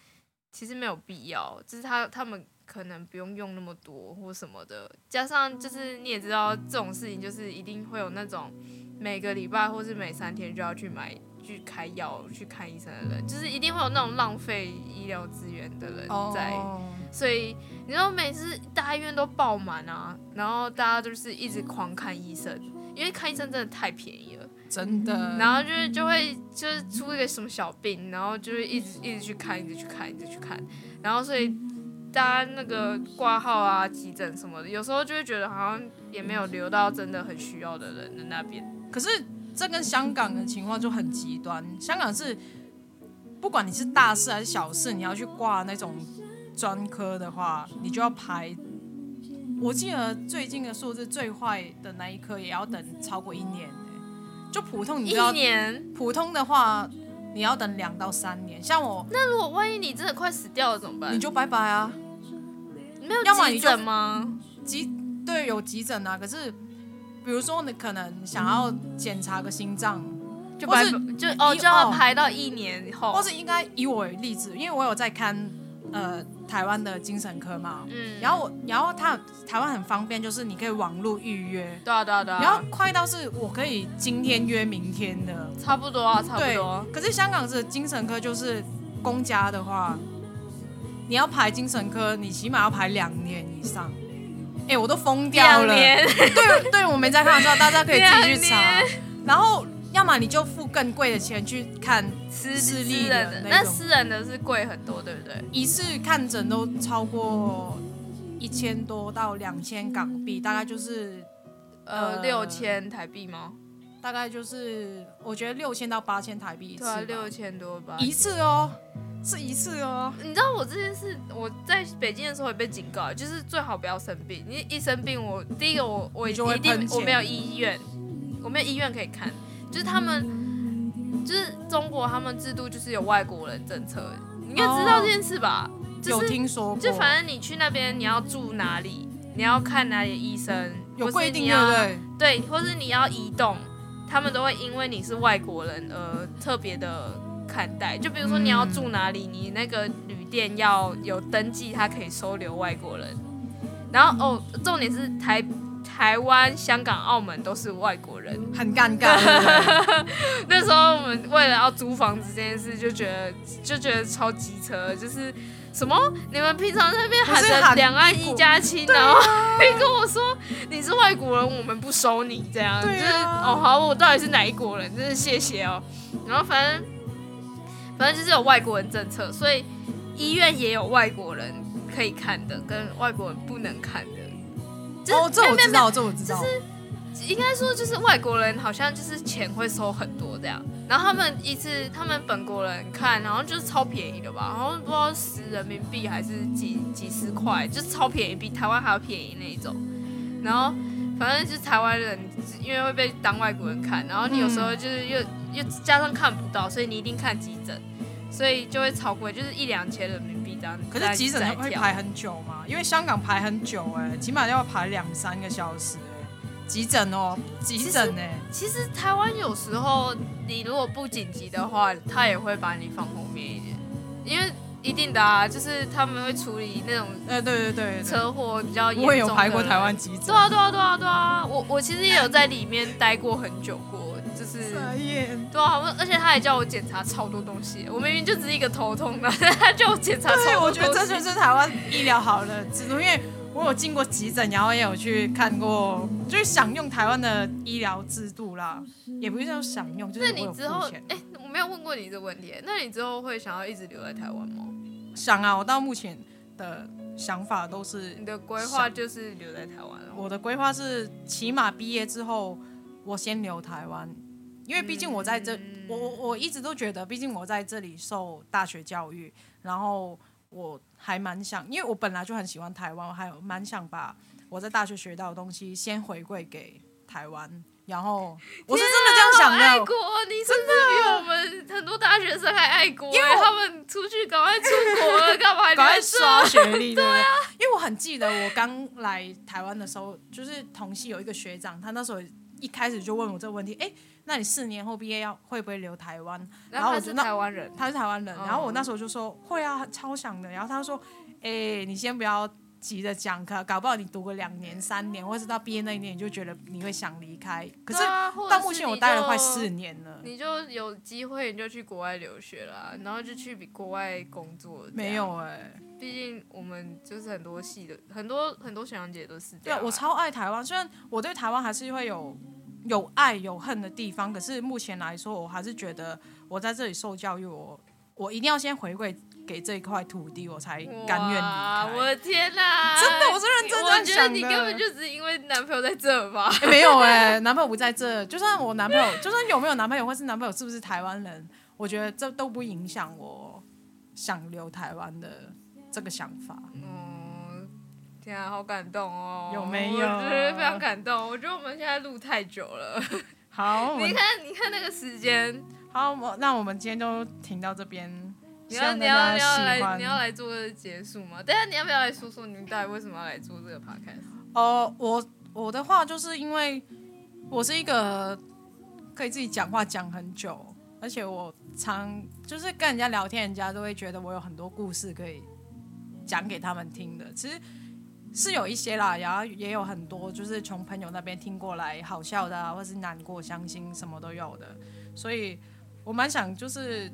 S1: 其实没有必要，就是他他们可能不用用那么多或什么的。加上就是你也知道这种事情，就是一定会有那种每个礼拜或是每三天就要去买。去开药、去看医生的人，就是一定会有那种浪费医疗资源的人在
S2: 哦，
S1: 所以你知道每次大医院都爆满啊，然后大家就是一直狂看医生，因为看医生真的太便宜了，
S2: 真的。
S1: 嗯然后就是就会就是出一个什么小病，然后就是一直一直去看，一直去看，一直去看，然后所以大家那个挂号啊、急诊什么的，有时候就会觉得好像也没有留到真的很需要的人的那边。
S2: 可是这跟香港的情况就很极端，香港是不管你是大事还是小事，你要去挂那种专科的话，你就要排。我记得最近的数字最坏的那一科也要等超过一年、欸、就普通你
S1: 一
S2: 知道，
S1: 年，
S2: 普通的话你要等两到三年，像我
S1: 那如果万一你真的快死掉了怎么办？
S2: 你就拜拜啊。
S1: 没有
S2: 要么
S1: 急
S2: 你就
S1: 诊吗？
S2: 急对有急诊啊，可是比如说你可能想要检查个心脏，
S1: 就
S2: 或
S1: 白
S2: 是
S1: 就哦
S2: 一
S1: 就要
S2: 哦
S1: 排到一年后，
S2: 或是应该以我为例子，因为我有在看呃台湾的精神科嘛，
S1: 嗯，
S2: 然后我然后它台湾很方便，就是你可以网络预约，
S1: 对啊对啊对啊，
S2: 然后快到是我可以今天约明天的，
S1: 差不多啊，差不多。
S2: 可是香港的精神科就是公家的话，你要排精神科，你起码要排两年以上。哎、我都疯掉
S1: 两
S2: 了。
S1: 年，
S2: 对对，我没在开玩笑，大家可以自己去查
S1: 两。
S2: 然后，要么你就付更贵的钱去看，
S1: 私
S2: 私立
S1: 私
S2: 的
S1: 人的，
S2: 那
S1: 那
S2: 种
S1: 私人的是贵很多，对不对？
S2: 一次看诊都超过一千多到两千港币，大概就是
S1: 呃，六，千台币吗？
S2: 大概就是我觉得六千到八千台币一次
S1: 对
S2: 吧，
S1: 啊，六千多吧。
S2: 一次哦，是一次哦。
S1: 你知道我之前是我在北京的时候也被警告，就是最好不要生病。你一生病我，第一个我我
S2: 你就会
S1: 一定
S2: 喷
S1: 我
S2: 钱
S1: 没有医院，我没有医院可以看，就是他们就是中国他们制度就是有外国人政策，你应该知道这件事吧？就
S2: 哦有
S1: 是
S2: 听说过，
S1: 就反正你去那边，你要住哪里，你要看哪里的医生，
S2: 有规
S1: 或是你
S2: 定，对不
S1: 要
S2: 对？
S1: 对，或是你要移动，他们都会因为你是外国人而特别的看待。就比如说你
S2: 嗯
S1: 要住哪里，你那个旅店要有登记，它可以收留外国人。然后哦，重点是台台湾、香港、澳门都是外国人。
S2: 很尴尬， 对不对
S1: 那时候我们为了要租房子这件事，就觉得就觉得超机车，就是什么你们平常在那边喊
S2: 不是
S1: 着
S2: 喊啊
S1: 两岸
S2: 一
S1: 一
S2: 国
S1: 家亲，然后你跟我说你是外国人，我们不收你这样，
S2: 对啊
S1: 就是哦好，我到底是哪一国人？真是谢谢哦。然后反正反正就是有外国人政策，所以医院也有外国人可以看的，跟外国人不能看的。就是
S2: 哦，这我
S1: 没有
S2: 知
S1: 没有
S2: 道，这我知道。
S1: 应该说就是外国人好像就是钱会收很多这样，然后他们一次他们本国人看，然后就是超便宜的吧，然后不知道十人民币还是几几十块，就超便宜，比台湾还要便宜那一种。然后反正就是台湾人因为会被当外国人看，然后你有时候就是又、又加上看不到，所以你一定看急诊，所以就会超贵，就是一两千人民币这样。
S2: 可是急诊
S1: 在
S2: 会
S1: 跳
S2: 排很久嘛？因为香港排很久哎、起码要排两三个小时哎、急诊哦，急诊哎、
S1: 其实台湾有时候你如果不紧急的话，他也会把你放后面一点，因为一定的啊，就是他们会处理那种
S2: 呃，对对对对，
S1: 车祸比较严重的。
S2: 我也有排过台湾急诊
S1: 对，啊，对啊，对啊，对啊，我我其实也有在里面待过很久过，就是
S2: 傻眼，
S1: 对啊，我而且他也叫我检查超多东西，我明明就只是一个头痛的，但他叫我检查
S2: 对，
S1: 超多
S2: 我
S1: 东西。
S2: 觉得这就是台湾医疗好的制度，因为我有进过急诊，然后也有去看过，就是享用台湾的医疗制度啦，也不是叫享用，就是
S1: 那
S2: 我
S1: 你
S2: 有
S1: 之后
S2: 付钱，
S1: 哎、我没有问过你这个问题，那你之后会想要一直留在台湾吗？
S2: 想啊，我到目前的想法都是
S1: 你的规划就是留在台湾了。
S2: 我的规划是，起码毕业之后，我先留台湾，因为毕竟我在这，我我我一直都觉得，毕竟我在这里受大学教育，然后我还蛮想，因为我本来就很喜欢台湾，我还有蛮想把我在大学学到的东西先回馈给台湾，然后我是真的这
S1: 好
S2: 样想
S1: 爱
S2: 的，
S1: 国，你甚至比我们很多大学生还爱国、因为他们出去赶快出国 了，干嘛？
S2: 赶快
S1: 你在这
S2: 刷学 历，对不
S1: 啊
S2: 对？因为我很记得我刚来台湾的时候，就是同系有一个学长，他那时候一开始就问我这个问题，哎、那你四年后毕业要会不会留台湾？
S1: 然
S2: 然
S1: 后
S2: 后
S1: 他
S2: 我
S1: 是
S2: 就
S1: 台湾人，
S2: 他是台湾人，
S1: 哦
S2: 然后我那时候就说会啊，超想的。然后他说，哎、你先不要急着讲，可搞不好你读个两年、三年，或者是到毕业那一年，你就觉得你会想离开。可是
S1: 对啊或者
S2: 到
S1: 是
S2: 目前
S1: 你
S2: 我待了
S1: 就
S2: 快四年了，
S1: 你就有机会你就去国外留学啦，然后就去比国外工作。
S2: 没，有哎、
S1: 毕竟我们就是很多系的，很多很多学长姐都是这
S2: 对
S1: 样
S2: 啊
S1: 啊。，
S2: 我超爱台湾，虽然我对台湾还是会有有爱有恨的地方，可是目前来说，我还是觉得我在这里受教育，我我一定要先回馈给这一块土地，我才甘愿
S1: 哇
S2: 离
S1: 我的
S2: 开。
S1: 天哪、
S2: 真的，我是认真这
S1: 我
S2: 样
S1: 觉得
S2: 想的。
S1: 你根本就只是因为男朋友在这吧？
S2: 欸、 没有哎、男朋友不在这，就算我男朋友，就算有没有男朋友，或是男朋友是不是台湾人，我觉得这都不影响我想留台湾的这个想法。
S1: 嗯，天啊，好感动哦！
S2: 有没有
S1: 我觉得非常感动。我觉得我们现在录太久了，
S2: 好，我嗯
S1: 你
S2: 们
S1: 看，你看那个时间，
S2: 好，我那我们今天就停到这边。
S1: 你
S2: 希
S1: 要
S2: 望
S1: 你
S2: 大
S1: 要
S2: 家
S1: 你要
S2: 喜
S1: 来你要
S2: 欢
S1: 来做个结束吗？等一下你要不要来说说你们到底为什么要来做这个 podcast？
S2: 哦，我我的话就是因为我是一个可以自己讲话讲很久，而且我常就是跟人家聊天，人家都会觉得我有很多故事可以讲给他们听的。其实是有一些啦，然后也有很多就是从朋友那边听过来好笑的、啊，或是难过、伤心什么都有的。所以我蛮想就是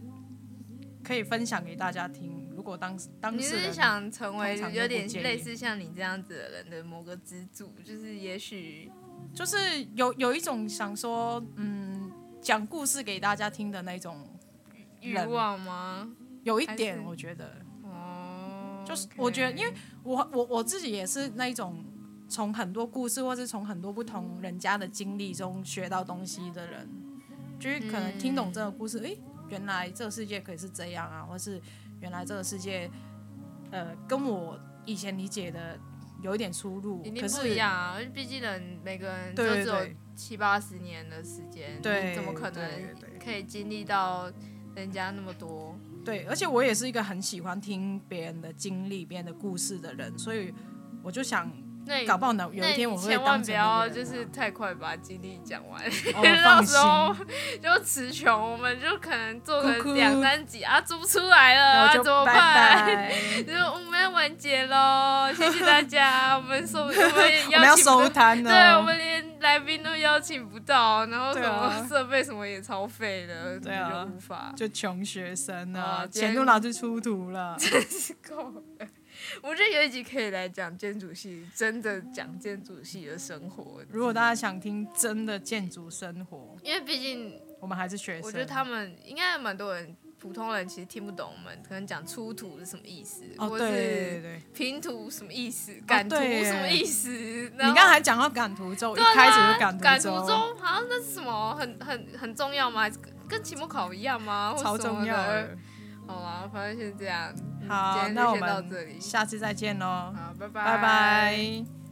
S2: 可以分享给大家听。如果当当
S1: 你
S2: 事
S1: 是
S2: 人
S1: 想成为
S2: 通常都
S1: 有点
S2: 不建议
S1: 类似像你这样子的人的某个支柱，就是也许
S2: 就是有有一种想说，嗯，讲故事给大家听的那种，
S1: 欲
S2: 人
S1: 望吗？
S2: 有一
S1: 还
S2: 点
S1: 是
S2: 我觉得，
S1: 哦，
S2: 就是
S1: ，OK
S2: 我觉得，因为我我我自己也是那一种从很多故事或是从很多不同人家的经历中学到东西的人，就是可能听懂这个故事，诶，原来这个世界可以是这样啊，或是原来这个世界，呃，跟我以前理解的有一点出入
S1: 一，
S2: 可
S1: 定不
S2: 是
S1: 一样啊！毕竟人每个人就
S2: 对
S1: 只
S2: 对
S1: 有
S2: 对
S1: 七八十年的时间，
S2: 对
S1: 你怎么可能
S2: 对对对
S1: 可以经历到人家那么多？
S2: 对，而且我也是一个很喜欢听别人的经历、别人的故事的人，所以我就想，
S1: 那你
S2: 搞不好呢，有
S1: 那
S2: 一
S1: 你
S2: 天我会
S1: 千万
S2: 当
S1: 不
S2: 成那
S1: 要
S2: 个人啊
S1: 就是太快把经历讲完，
S2: 哦
S1: 到
S2: 放
S1: 时
S2: 心，
S1: 候就词穷，我们就可能做
S2: 哭
S1: 个
S2: 哭
S1: 两三集啊，做不出来 了啊，
S2: 然后
S1: 怎么
S2: 就拜
S1: 办？
S2: 拜，
S1: 就我们要完结喽，谢谢大家，我们收我们也
S2: 我们
S1: 邀
S2: 要
S1: 请不
S2: 收摊哦了，
S1: 对，我们连来宾都邀请不到，然后什
S2: 对啊
S1: 么设备什么也超废的，
S2: 对啊
S1: 就无法。
S2: 就穷学生啊
S1: 啊，今天
S2: 钱都拿去出图了，
S1: 够了， 我觉得有一集可以来讲建筑系，真的讲建筑系的生活，
S2: 如果大家想听真的建筑生活，
S1: 因为毕竟
S2: 我们还是学生，
S1: 我觉得他们应该蛮多人。普通人其实听不懂我们可能讲出土是什么意思，
S2: 哦，
S1: 或
S2: 对对对
S1: 是
S2: 对，
S1: 平图什么意思，赶图
S2: 对耶
S1: 什么意思。你
S2: 你刚才讲到赶图周，一
S1: 对啊
S2: 开始就
S1: 赶
S2: 赶
S1: 途
S2: 周，
S1: 中好像那是什么很很很重要吗？ 还是跟期末考一样吗？或
S2: 超
S1: 什么
S2: 重要
S1: 的
S2: 的。
S1: 好啦，反正先这样。
S2: 好
S1: 今，天
S2: 那
S1: 就
S2: 我
S1: 先到这
S2: 们
S1: 里
S2: 下次再见喽，哦
S1: 好，拜拜，
S2: 拜拜。